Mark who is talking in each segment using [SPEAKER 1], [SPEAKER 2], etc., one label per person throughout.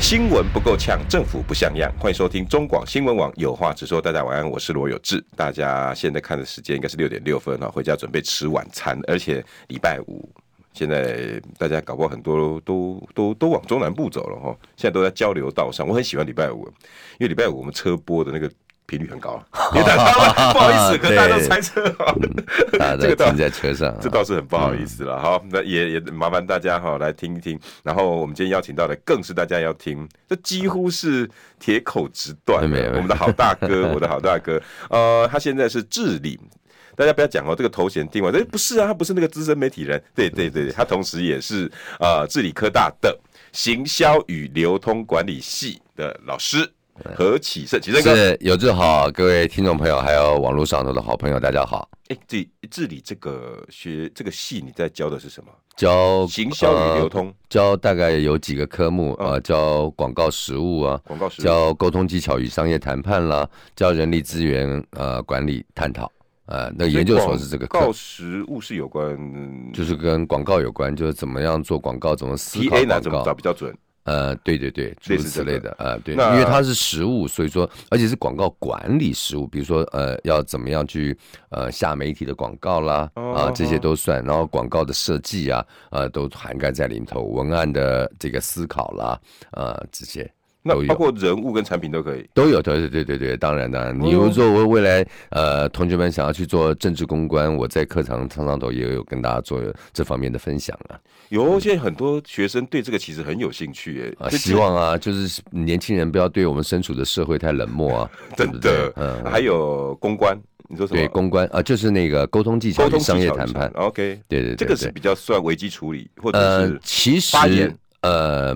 [SPEAKER 1] 新闻不够呛，政府不像样。欢迎收听中广新闻网，有话直说。大家晚安，我是罗有志。大家现在看的时间应该是六点六分哈，回家准备吃晚餐，而且礼拜五。现在大家搞不好很多都都都往中南部走了哈，现在都在交流道上。我很喜欢礼拜五，因为礼拜五我们车播的那个频率很高，因为大家不好 意思，可能大家都塞车哈。
[SPEAKER 2] 大家
[SPEAKER 1] 这个倒
[SPEAKER 2] 停在车上啊、
[SPEAKER 1] 这倒是很不好意思了。好，那也也麻烦大家哈、来听一听。然后我们今天邀请到的更是大家要听，这几乎是铁口直断的。
[SPEAKER 2] 没有没有
[SPEAKER 1] 我们的好大哥，我的好大哥，呃，他现在是治理。大家不要讲哦，这个头衔定完，哎，不是啊，他不是那个资深媒体人，对对对，他同时也是呃治理科大的行销与流通管理系的老师何启胜，启胜哥，
[SPEAKER 2] 哎是有志好，各位听众朋友，还有网络上头的好朋友，大家好。
[SPEAKER 1] 哎，治治理这个学这个系你在教的是什么？
[SPEAKER 2] 教
[SPEAKER 1] 行销与流通嗯
[SPEAKER 2] 哦呃教大概有几个科目啊、呃教广告实务啊，
[SPEAKER 1] 广告实务
[SPEAKER 2] 教沟通技巧与商业谈判啦，教人力资源呃管理探讨，呃，那研究所是这个
[SPEAKER 1] 广告
[SPEAKER 2] 课，
[SPEAKER 1] 实务是有关嗯
[SPEAKER 2] 就是跟广告有关，就是怎么样做广告，怎么思考
[SPEAKER 1] TA 哪
[SPEAKER 2] 广
[SPEAKER 1] 怎么
[SPEAKER 2] 告
[SPEAKER 1] 找，比较准？
[SPEAKER 2] 呃，对对对，诸
[SPEAKER 1] 类
[SPEAKER 2] 如
[SPEAKER 1] 似这
[SPEAKER 2] 此
[SPEAKER 1] 个
[SPEAKER 2] 类的，呃，对，
[SPEAKER 1] 那
[SPEAKER 2] 因为它是实物，所以说，而且是广告管理实物，比如说，呃，要怎么样去呃下媒体的广告啦，啊、
[SPEAKER 1] 哦
[SPEAKER 2] 这些都算，然后广告的设计啊，呃，都涵盖在里头，文案的这个思考啦，呃，这些
[SPEAKER 1] 那
[SPEAKER 2] 都有
[SPEAKER 1] 包括人物跟产品都可以。
[SPEAKER 2] 都有，对对对对对，当然当然，你
[SPEAKER 1] 哦
[SPEAKER 2] 如果我未来呃同学们想要去做政治公关，我在课堂上头也有跟大家做这方面的分享啊。
[SPEAKER 1] 有现在很多学生对这个其实很有兴趣耶，
[SPEAKER 2] 啊，
[SPEAKER 1] 这
[SPEAKER 2] 希望啊，就是年轻人不要对我们身处的社会太冷漠 啊，对不
[SPEAKER 1] 真
[SPEAKER 2] 对
[SPEAKER 1] 的？，
[SPEAKER 2] 嗯，
[SPEAKER 1] 还有公关，你说什么？
[SPEAKER 2] 对，公关啊，就是那个沟通技巧
[SPEAKER 1] 沟
[SPEAKER 2] 与
[SPEAKER 1] 通
[SPEAKER 2] 商业
[SPEAKER 1] 技巧
[SPEAKER 2] 谈判，
[SPEAKER 1] OK，
[SPEAKER 2] 对对对
[SPEAKER 1] 这个是
[SPEAKER 2] 对
[SPEAKER 1] 比较算危机处理，或者
[SPEAKER 2] 呃
[SPEAKER 1] 是，
[SPEAKER 2] 其
[SPEAKER 1] 发言
[SPEAKER 2] 实呃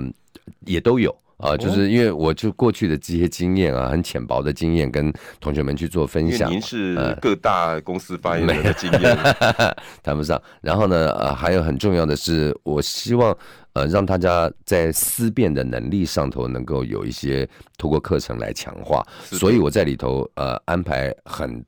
[SPEAKER 2] 也都有。啊，
[SPEAKER 1] 哦
[SPEAKER 2] 就是因为我就过去的这些经验啊，很浅薄的经验，跟同学们去做分
[SPEAKER 1] 因为
[SPEAKER 2] 享
[SPEAKER 1] 您，
[SPEAKER 2] 呃
[SPEAKER 1] 是各大公司发言人的经验，
[SPEAKER 2] 谈不上。然后呢，呃，还有很重要的是，我希望呃让大家在思辨的能力上头能够有一些通过课程来强化，
[SPEAKER 1] 是
[SPEAKER 2] 所以我在里头呃安排很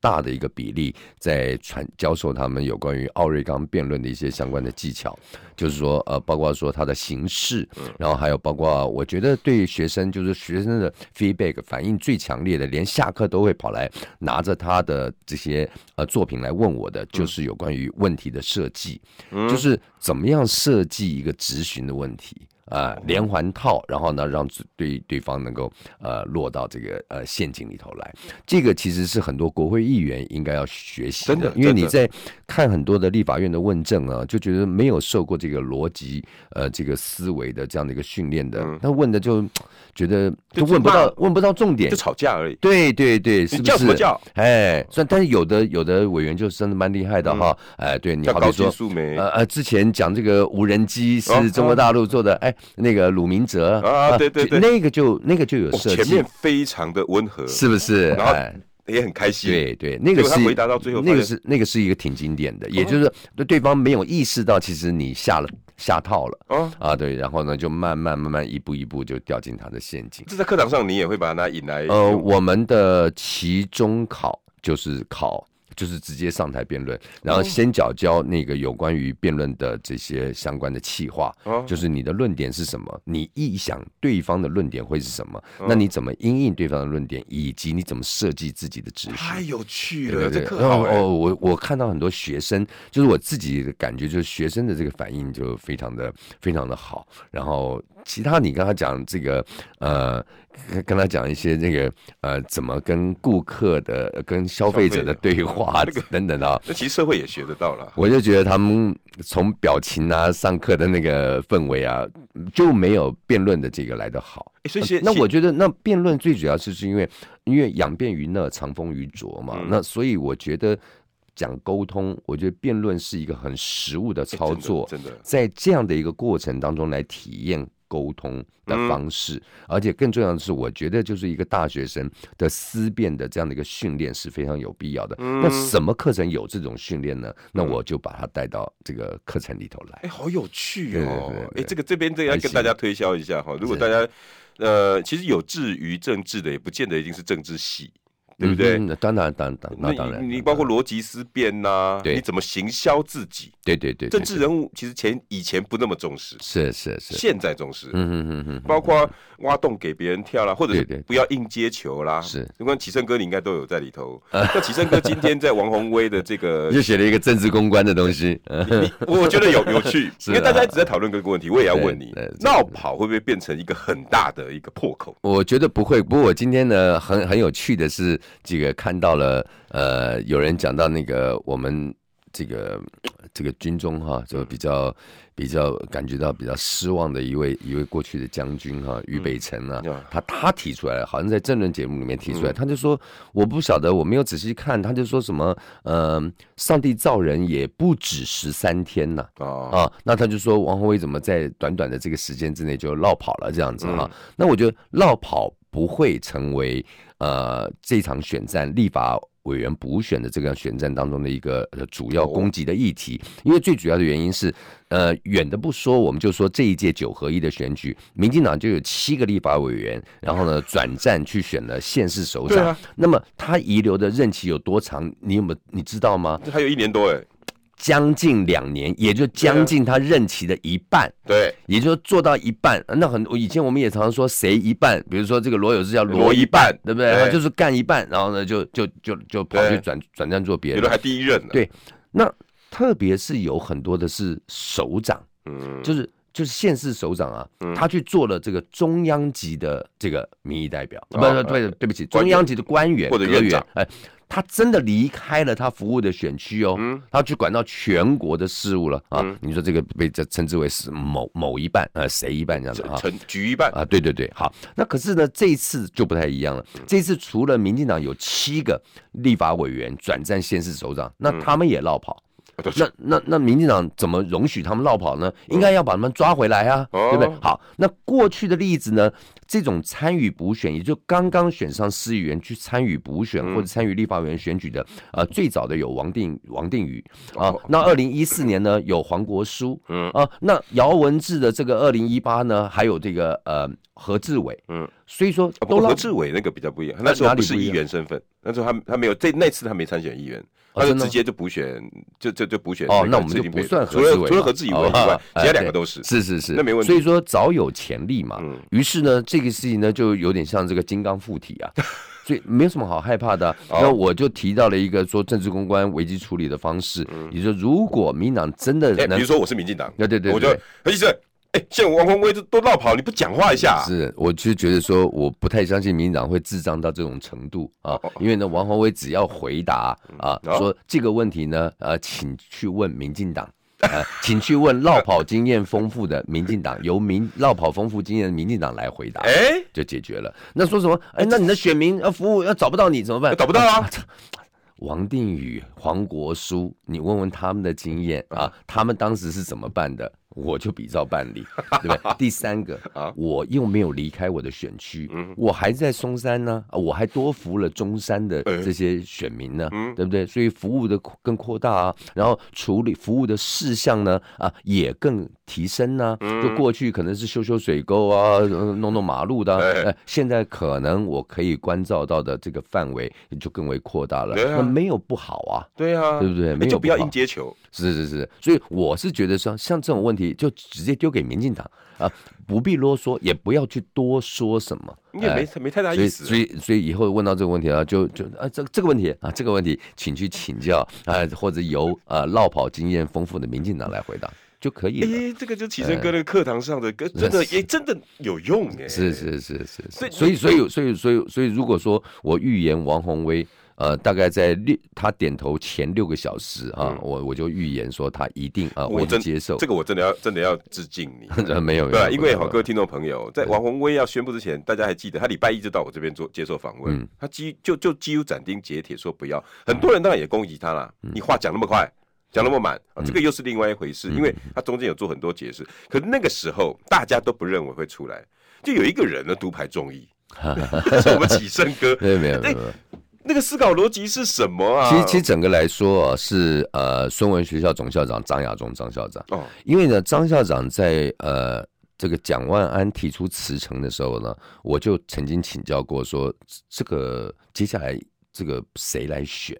[SPEAKER 2] 大的一个比例在传教授他们有关于奥瑞冈辩论的一些相关的技巧，就是说呃包括说它的形式，然后还有包括我觉得对学生就是学生的 feedback 反应最强烈的，连下课都会跑来拿着他的这些呃作品来问我的，就是有关于问题的设计，
[SPEAKER 1] 嗯
[SPEAKER 2] 就是怎么样设计一个执行的问题。
[SPEAKER 1] 哦
[SPEAKER 2] 啊、连环套，然后呢，让对对方能够呃落到这个呃陷阱里头来。这个其实是很多国会议员应该要学习
[SPEAKER 1] 真的
[SPEAKER 2] 因为
[SPEAKER 1] 真
[SPEAKER 2] 你
[SPEAKER 1] 的
[SPEAKER 2] 在看很多的立法院的问政啊，就觉得没有受过这个逻辑呃这个思维的这样的一个训练的，那、问的就觉得
[SPEAKER 1] 嗯就
[SPEAKER 2] 就
[SPEAKER 1] 只
[SPEAKER 2] 问不
[SPEAKER 1] 骂
[SPEAKER 2] 到问不到重点
[SPEAKER 1] 就，吵架而已。
[SPEAKER 2] 对对对，是不
[SPEAKER 1] 叫什
[SPEAKER 2] 是？
[SPEAKER 1] 么叫
[SPEAKER 2] 哎，算，但是有的有的委员就真的蛮厉害的哈。哎，对你
[SPEAKER 1] 像
[SPEAKER 2] 好
[SPEAKER 1] 嗯
[SPEAKER 2] 比
[SPEAKER 1] 高金
[SPEAKER 2] 说
[SPEAKER 1] 素梅
[SPEAKER 2] 呃呃，之前讲这个无人机
[SPEAKER 1] 哦
[SPEAKER 2] 是中国大陆做的，哎，那个鲁明哲
[SPEAKER 1] 啊对对
[SPEAKER 2] 就
[SPEAKER 1] 对
[SPEAKER 2] 那个就那个就有
[SPEAKER 1] 哦
[SPEAKER 2] 设
[SPEAKER 1] 前
[SPEAKER 2] 计
[SPEAKER 1] 面，非常的温和，
[SPEAKER 2] 是不是？
[SPEAKER 1] 然后
[SPEAKER 2] 哎。
[SPEAKER 1] 也很开心。
[SPEAKER 2] 对对，那
[SPEAKER 1] 结
[SPEAKER 2] 个
[SPEAKER 1] 果
[SPEAKER 2] 是
[SPEAKER 1] 他回答到最后发
[SPEAKER 2] 那
[SPEAKER 1] 现哦
[SPEAKER 2] 个是那个是一个挺经典的，也就是对对方没有意识到，其实你下了下套了
[SPEAKER 1] 哦
[SPEAKER 2] 啊，对，然后呢就慢慢慢慢一步一步就掉进他的陷阱。
[SPEAKER 1] 这在课堂上你也会把它引来
[SPEAKER 2] 呃，
[SPEAKER 1] 用
[SPEAKER 2] 我们的期中考就是考。就是直接上台辩
[SPEAKER 1] 哦
[SPEAKER 2] 论，然后先缴交那个有关于辩论的这些相关的企划，
[SPEAKER 1] 哦
[SPEAKER 2] 就是你的论点是什么，你臆想对方的论点会是什么，
[SPEAKER 1] 哦
[SPEAKER 2] 那你怎么因应对方的论点，以及你怎么设计自己的秩序。
[SPEAKER 1] 太有趣
[SPEAKER 2] 对
[SPEAKER 1] 了，
[SPEAKER 2] 对
[SPEAKER 1] 这
[SPEAKER 2] 对
[SPEAKER 1] 课好
[SPEAKER 2] 哦
[SPEAKER 1] 哎
[SPEAKER 2] 哦，我我看到很多学生，就是我自己的感觉，就是学生的这个反应就非常的非常的好。然后其他你跟他讲这个，呃，跟跟他讲一些这个呃，怎么跟顾客的、呃跟消费者的对话等等啊。
[SPEAKER 1] 那其实社会也学得到了。
[SPEAKER 2] 我就觉得他们从表情啊、上课的那个氛围啊，就没有辩论的这个来得好。
[SPEAKER 1] 诶所以现
[SPEAKER 2] 呃那我
[SPEAKER 1] 现
[SPEAKER 2] 觉得，那辩论最主要是是因为，因为养辩于讷，藏风于拙嘛。
[SPEAKER 1] 嗯
[SPEAKER 2] 那所以我觉得讲沟通，我觉得辩论是一个很实务的操作，
[SPEAKER 1] 哎真的真的
[SPEAKER 2] 在这样的一个过程当中来体验。沟通的
[SPEAKER 1] 嗯
[SPEAKER 2] 方式，而且更重要的是，我觉得就是一个大学生的思辨的这样的一个训练是非常有必要的。那
[SPEAKER 1] 嗯
[SPEAKER 2] 什么课程有这种训练呢？那我就把它带到这个课程里头来。
[SPEAKER 1] 哎，好有趣哦
[SPEAKER 2] 对对对！
[SPEAKER 1] 哎，
[SPEAKER 2] 对
[SPEAKER 1] 这个这边这个要
[SPEAKER 2] 还
[SPEAKER 1] 跟
[SPEAKER 2] 行
[SPEAKER 1] 大家推销一下哈。如果
[SPEAKER 2] 是
[SPEAKER 1] 大家呃，其实有志于政治的，也不见得一定是政治系，对不对？
[SPEAKER 2] 嗯哼当然，当然，当然
[SPEAKER 1] 那
[SPEAKER 2] 那当然，
[SPEAKER 1] 你你包括逻辑思辨呐，
[SPEAKER 2] 对
[SPEAKER 1] 你怎么行销自己？
[SPEAKER 2] 对对对，对
[SPEAKER 1] 政治人物其实前以前不那么重视，
[SPEAKER 2] 是是是，
[SPEAKER 1] 现在重视。
[SPEAKER 2] 嗯嗯嗯嗯，
[SPEAKER 1] 包括挖洞给别人跳啦，或者是
[SPEAKER 2] 对对对
[SPEAKER 1] 不要硬接球啦。
[SPEAKER 2] 是，
[SPEAKER 1] 你看启胜哥，你应该都有在里头。
[SPEAKER 2] 呃
[SPEAKER 1] 那启胜哥今天在王宏威的这 个
[SPEAKER 2] 又写了一个政治公关的东西，嗯
[SPEAKER 1] 你我觉得有有趣，
[SPEAKER 2] 是
[SPEAKER 1] 因为
[SPEAKER 2] 啊
[SPEAKER 1] 大家一直在讨论这个问题，我也要问你
[SPEAKER 2] 对对，
[SPEAKER 1] 闹跑会不会变成一个很大的一个破口？
[SPEAKER 2] 我觉得不会。不过我今天呢，很很有趣的是，这个看到了，呃，有人讲到那个我们这个这个军中哈，就比较比较感觉到比较失望的一位一位过去的将军哈，俞北辰啊，
[SPEAKER 1] 啊
[SPEAKER 2] 他他提出来了，好像在政论节目里面提出来，他就说我不晓得，我没有仔细看，他就说什么，嗯，上帝造人也不止十三天呐、
[SPEAKER 1] 啊，
[SPEAKER 2] 啊，那他就说王宏威怎么在短短的这个时间之内就落跑了这样子哈、
[SPEAKER 1] 嗯
[SPEAKER 2] 那我觉得落跑不会成为呃这场选战立法委员补选的这个选战当中的一个呃主要攻击的议题，因为最主要的原因是呃远的不说，我们就说这一届九合一的选举，民进党就有七个立法委员，然后呢转战去选了县市首
[SPEAKER 1] 对
[SPEAKER 2] 长、
[SPEAKER 1] 啊
[SPEAKER 2] 那么他遗留的任期有多长？你有没有你知道吗？
[SPEAKER 1] 这还有一年多哎，
[SPEAKER 2] 将近两年，也就将近他任期的一半，
[SPEAKER 1] 对，啊
[SPEAKER 2] 也就是做到一半。那很以前我们也常说谁一半，比如说这个罗有志叫
[SPEAKER 1] 罗
[SPEAKER 2] 罗
[SPEAKER 1] 一
[SPEAKER 2] 一半，
[SPEAKER 1] 半
[SPEAKER 2] 对不对？
[SPEAKER 1] 对
[SPEAKER 2] 他就是干一半，然后呢就就就就跑
[SPEAKER 1] 对
[SPEAKER 2] 去转转战做别
[SPEAKER 1] 有的
[SPEAKER 2] 人。
[SPEAKER 1] 还第一任呢。
[SPEAKER 2] 对那特别是有很多的是首长，
[SPEAKER 1] 嗯，
[SPEAKER 2] 就是就是县市首长啊，他去做了这个中央级的这个民意代表，
[SPEAKER 1] 哦
[SPEAKER 2] 不不对对不起，
[SPEAKER 1] 官
[SPEAKER 2] 中
[SPEAKER 1] 员
[SPEAKER 2] 央级的官员
[SPEAKER 1] 或者
[SPEAKER 2] 阁
[SPEAKER 1] 院
[SPEAKER 2] 员
[SPEAKER 1] 长
[SPEAKER 2] 哎，他真的离开了他服务的选区哦，
[SPEAKER 1] 嗯
[SPEAKER 2] 他去管到全国的事务了啊。你说这个被这称之为是某某一半呃谁一半这样子啊？
[SPEAKER 1] 成局一半，
[SPEAKER 2] 啊，对对对，好，那可是呢，这一次就不太一样了。这一次除了民进党有七个立法委员转战县市首长，那他们也落跑。
[SPEAKER 1] 嗯啊对
[SPEAKER 2] 那那那民进党怎么容许他们落跑呢？应该要把他们抓回来啊，
[SPEAKER 1] 哦
[SPEAKER 2] 对不对？好，那过去的例子呢，这种参与补选，也就刚刚选上市议员去参与补选
[SPEAKER 1] 嗯
[SPEAKER 2] 或者参与立法委员选举的，呃，最早的有王定王定宇啊
[SPEAKER 1] 哦，
[SPEAKER 2] 那二零一四年呢有黄国书，
[SPEAKER 1] 嗯
[SPEAKER 2] 啊，那姚文智的这个二零一八呢，还有这个呃何志伟，
[SPEAKER 1] 嗯，
[SPEAKER 2] 所以说
[SPEAKER 1] 啊不
[SPEAKER 2] 都
[SPEAKER 1] 过
[SPEAKER 2] 让
[SPEAKER 1] 何志伟那个比较不一样，那时候不是议员身份，那时候他他没有，这那次他没参选议员。
[SPEAKER 2] 哦
[SPEAKER 1] 他就
[SPEAKER 2] 真的吗
[SPEAKER 1] 直接就补选，就就就补选
[SPEAKER 2] 哦
[SPEAKER 1] 个，
[SPEAKER 2] 那我们
[SPEAKER 1] 制
[SPEAKER 2] 就
[SPEAKER 1] 定
[SPEAKER 2] 不
[SPEAKER 1] 被
[SPEAKER 2] 算
[SPEAKER 1] 除
[SPEAKER 2] 何
[SPEAKER 1] 了
[SPEAKER 2] 志伟
[SPEAKER 1] 除了
[SPEAKER 2] 嘛
[SPEAKER 1] 何志伟以
[SPEAKER 2] 哦
[SPEAKER 1] 外，
[SPEAKER 2] 哎
[SPEAKER 1] 其他两个
[SPEAKER 2] 对
[SPEAKER 1] 都是
[SPEAKER 2] 是是是，
[SPEAKER 1] 那没问题
[SPEAKER 2] 所以说早有潜力嘛
[SPEAKER 1] 嗯。
[SPEAKER 2] 于是呢，这个事情呢，就有点像这个金刚附体 啊。所以没有什么好害怕的啊。
[SPEAKER 1] 好
[SPEAKER 2] 那我就提到了一个说政治公关危机处理的方式，也就是如果民党真的
[SPEAKER 1] 嗯哎，比
[SPEAKER 2] 能啊
[SPEAKER 1] 如，说我是民进党，
[SPEAKER 2] 对对对
[SPEAKER 1] 我就
[SPEAKER 2] 对
[SPEAKER 1] 何医生，哎，现在王宏威都都绕跑，你不讲话一下，啊
[SPEAKER 2] 是，我就觉得说，我不太相信民进党会智障到这种程度啊
[SPEAKER 1] 哦，
[SPEAKER 2] 因为呢，王宏威只要回答啊，
[SPEAKER 1] 嗯好
[SPEAKER 2] 说这个问题呢，呃，请去问民进党。呃， 请去问绕跑经验丰富的民 进党，由民绕跑丰富经验的民进党来回答，
[SPEAKER 1] 哎，
[SPEAKER 2] 就解决了。那说什么？哎，那你的选民要服务要找不到你怎么办？
[SPEAKER 1] 找不到啊，
[SPEAKER 2] 王定宇、黄国书，你问问他们的经验啊，他们当时是怎么办的，我就比照办 理，对不对？第三个
[SPEAKER 1] 啊，嗯
[SPEAKER 2] 我又没有离开我的选区，我还在松山呢，啊我还多服务了中山的
[SPEAKER 1] 哎嗯
[SPEAKER 2] 这些选民呢，对不对？所以服务的更扩大啊，然后处理服务的事项呢，啊，也更提升呢、
[SPEAKER 1] 嗯
[SPEAKER 2] 就过去可能是修修水沟啊，呃弄弄马路的啊、
[SPEAKER 1] 哎
[SPEAKER 2] 呃现在可能我可以关照到的这个范围就更为扩大了。
[SPEAKER 1] 对啊
[SPEAKER 2] 那没有不好啊，
[SPEAKER 1] 对啊，
[SPEAKER 2] 对不对
[SPEAKER 1] 哎
[SPEAKER 2] 没有
[SPEAKER 1] 就不要
[SPEAKER 2] 不好
[SPEAKER 1] 硬接球，
[SPEAKER 2] 是是是，所以我是觉得说，像这种问题就直接丢给民进党啊，不必啰嗦，也不要去多说什么。
[SPEAKER 1] 你也
[SPEAKER 2] 哎
[SPEAKER 1] 没没太大
[SPEAKER 2] 所
[SPEAKER 1] 意
[SPEAKER 2] 以，
[SPEAKER 1] 思啊
[SPEAKER 2] 所。以，所以以后问到这个问题啊，就就啊，这这个问题啊，这个问题，请去请教啊，或者由啊落跑经验丰富的民进党来回答就可以了。
[SPEAKER 1] 哎，这个就启生哥那个课堂上的，跟真的也真的有用哎，
[SPEAKER 2] 啊是啊是是是，
[SPEAKER 1] 所以
[SPEAKER 2] 是所以所以所以所以所以，如果说我预言王宏威，呃，大概在六他点头前六个小时啊，我我就预言说他一定啊，我
[SPEAKER 1] 嗯我
[SPEAKER 2] 已经
[SPEAKER 1] 真
[SPEAKER 2] 接受
[SPEAKER 1] 这。个我真的要真的要致敬 你。
[SPEAKER 2] 呃没有没
[SPEAKER 1] 对啊，
[SPEAKER 2] 有，
[SPEAKER 1] 因为好
[SPEAKER 2] 好
[SPEAKER 1] 各位听众朋友，在王宏威要宣布之前，大家还记得他礼拜一就到我这边做接受访问
[SPEAKER 2] 嗯，嗯
[SPEAKER 1] 他几就就几乎斩钉截铁说不要，很多人当然也攻击他啦，你话讲那么快，讲那么满、啊，这个又是另外一回事，
[SPEAKER 2] 嗯
[SPEAKER 1] 因为他中间有做很多解释。可是那个时候大家都不认为会出来，就有一个人呢独排众 议，是我们起身哥。
[SPEAKER 2] 对，没有没有。
[SPEAKER 1] 哎
[SPEAKER 2] 没有
[SPEAKER 1] 那个思考逻辑是什么啊？
[SPEAKER 2] 其实，其实整个来说啊，是呃，孙文学校总校长张亚中张校长，
[SPEAKER 1] 哦，
[SPEAKER 2] 因为呢，张校长在呃这个蒋万安提出辞呈的时候呢，我就曾经请教过说，这个接下来这个谁来选？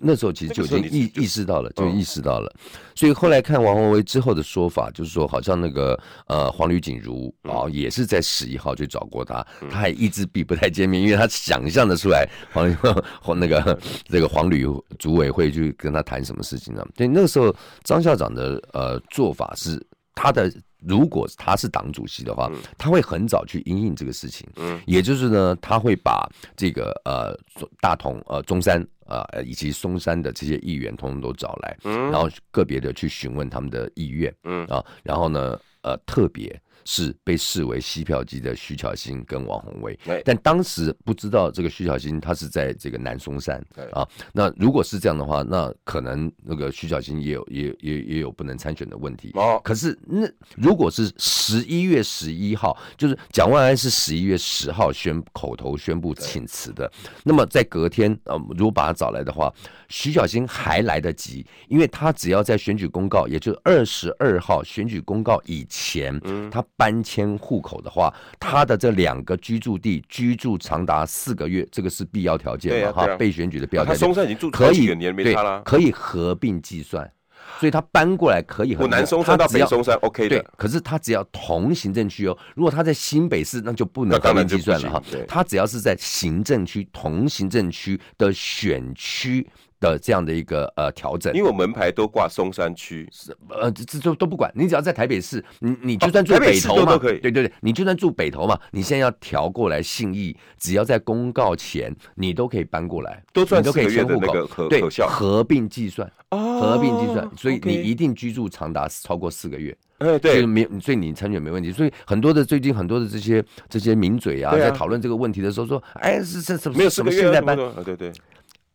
[SPEAKER 2] 那时候其实就已经
[SPEAKER 1] 那个时候你
[SPEAKER 2] 意
[SPEAKER 1] 就
[SPEAKER 2] 意识到了，就
[SPEAKER 1] 嗯
[SPEAKER 2] 意识到了，所以后来看王宏威之后的说法，就是说好像那个呃黄吕锦如啊、也是在十一号去找过他，他还一直避不太见面，因为他想象得出来黄 黄那个这个黄吕组委会去跟他谈什么事情呢？所以那个时候张校长的呃做法是他的。如果他是党主席的话，他会很早去因应这个事情。
[SPEAKER 1] 嗯，
[SPEAKER 2] 也就是呢，他会把这个呃中大同呃中山呃以及松山的这些议员通通都找来，
[SPEAKER 1] 嗯
[SPEAKER 2] 然后个别的去询问他们的意愿，
[SPEAKER 1] 嗯
[SPEAKER 2] 啊，然后呢呃特别。是被视为吸票机的徐巧芯跟王宏威
[SPEAKER 1] 哎，
[SPEAKER 2] 但当时不知道这个徐巧芯他是在这个南松山
[SPEAKER 1] 对
[SPEAKER 2] 啊。那如果是这样的话，那可能那个徐巧芯也有也也也有不能参选的问题。
[SPEAKER 1] 哦，
[SPEAKER 2] 可是那如果是十一月十一号，就是蒋万安是十一月十号宣口头宣布请辞的，那么在隔天，呃，如果把他找来的话，徐小新还来得及，因为他只要在选举公告，也就是二十二号选举公告以前，
[SPEAKER 1] 嗯
[SPEAKER 2] 他搬迁户口的话，他的这两个居住地居住长达四个月，这个是必要条件
[SPEAKER 1] 对
[SPEAKER 2] 嘛？
[SPEAKER 1] 啊
[SPEAKER 2] 哈、
[SPEAKER 1] 对啊
[SPEAKER 2] 被选举的必要条
[SPEAKER 1] 他
[SPEAKER 2] 件。
[SPEAKER 1] 松山已经住
[SPEAKER 2] 可
[SPEAKER 1] 好几
[SPEAKER 2] 以
[SPEAKER 1] 个年没
[SPEAKER 2] 对
[SPEAKER 1] 差啦。
[SPEAKER 2] 可以合并计算，所以他搬过来可以合
[SPEAKER 1] 我
[SPEAKER 2] 并。
[SPEAKER 1] 南松山到
[SPEAKER 2] 他只
[SPEAKER 1] 北
[SPEAKER 2] 要
[SPEAKER 1] 松山 OK
[SPEAKER 2] 对
[SPEAKER 1] 的，，
[SPEAKER 2] 可是他只要同行政区哦，如果他在新北市，那就不能
[SPEAKER 1] 那当
[SPEAKER 2] 合
[SPEAKER 1] 然
[SPEAKER 2] 并
[SPEAKER 1] 就
[SPEAKER 2] 计
[SPEAKER 1] 不
[SPEAKER 2] 算了哈
[SPEAKER 1] 行对。
[SPEAKER 2] 他只要是在行政区同行政区的选区的这样的一个呃调整，
[SPEAKER 1] 因为我门牌都挂松山区，
[SPEAKER 2] 呃，这这都都不管，你只要在台北市，你你就算住
[SPEAKER 1] 台北市
[SPEAKER 2] 头
[SPEAKER 1] 都
[SPEAKER 2] 嘛，
[SPEAKER 1] 都可以
[SPEAKER 2] 对对对，你就算住北头嘛，你现在要调过来信义，只要在公告前，你都可以搬过来，
[SPEAKER 1] 都算
[SPEAKER 2] 你都可以
[SPEAKER 1] 四个月
[SPEAKER 2] 迁
[SPEAKER 1] 的
[SPEAKER 2] 户
[SPEAKER 1] 那个
[SPEAKER 2] 口，
[SPEAKER 1] 可
[SPEAKER 2] 对
[SPEAKER 1] 可效，
[SPEAKER 2] 合并计算，
[SPEAKER 1] 哦
[SPEAKER 2] 合并计算，所以你
[SPEAKER 1] OK
[SPEAKER 2] 一定居住长达超过四个月。
[SPEAKER 1] 哎
[SPEAKER 2] 所以
[SPEAKER 1] 对，
[SPEAKER 2] 没有，所以你参选没问题。所以很多的最近很多的这些这些名嘴啊，
[SPEAKER 1] 对啊
[SPEAKER 2] 在讨论这个问题的时候说，哎，是是什么
[SPEAKER 1] 没有四
[SPEAKER 2] 什
[SPEAKER 1] 个
[SPEAKER 2] 么
[SPEAKER 1] 月
[SPEAKER 2] 现在
[SPEAKER 1] 啊
[SPEAKER 2] 办？
[SPEAKER 1] 什么的啊对对，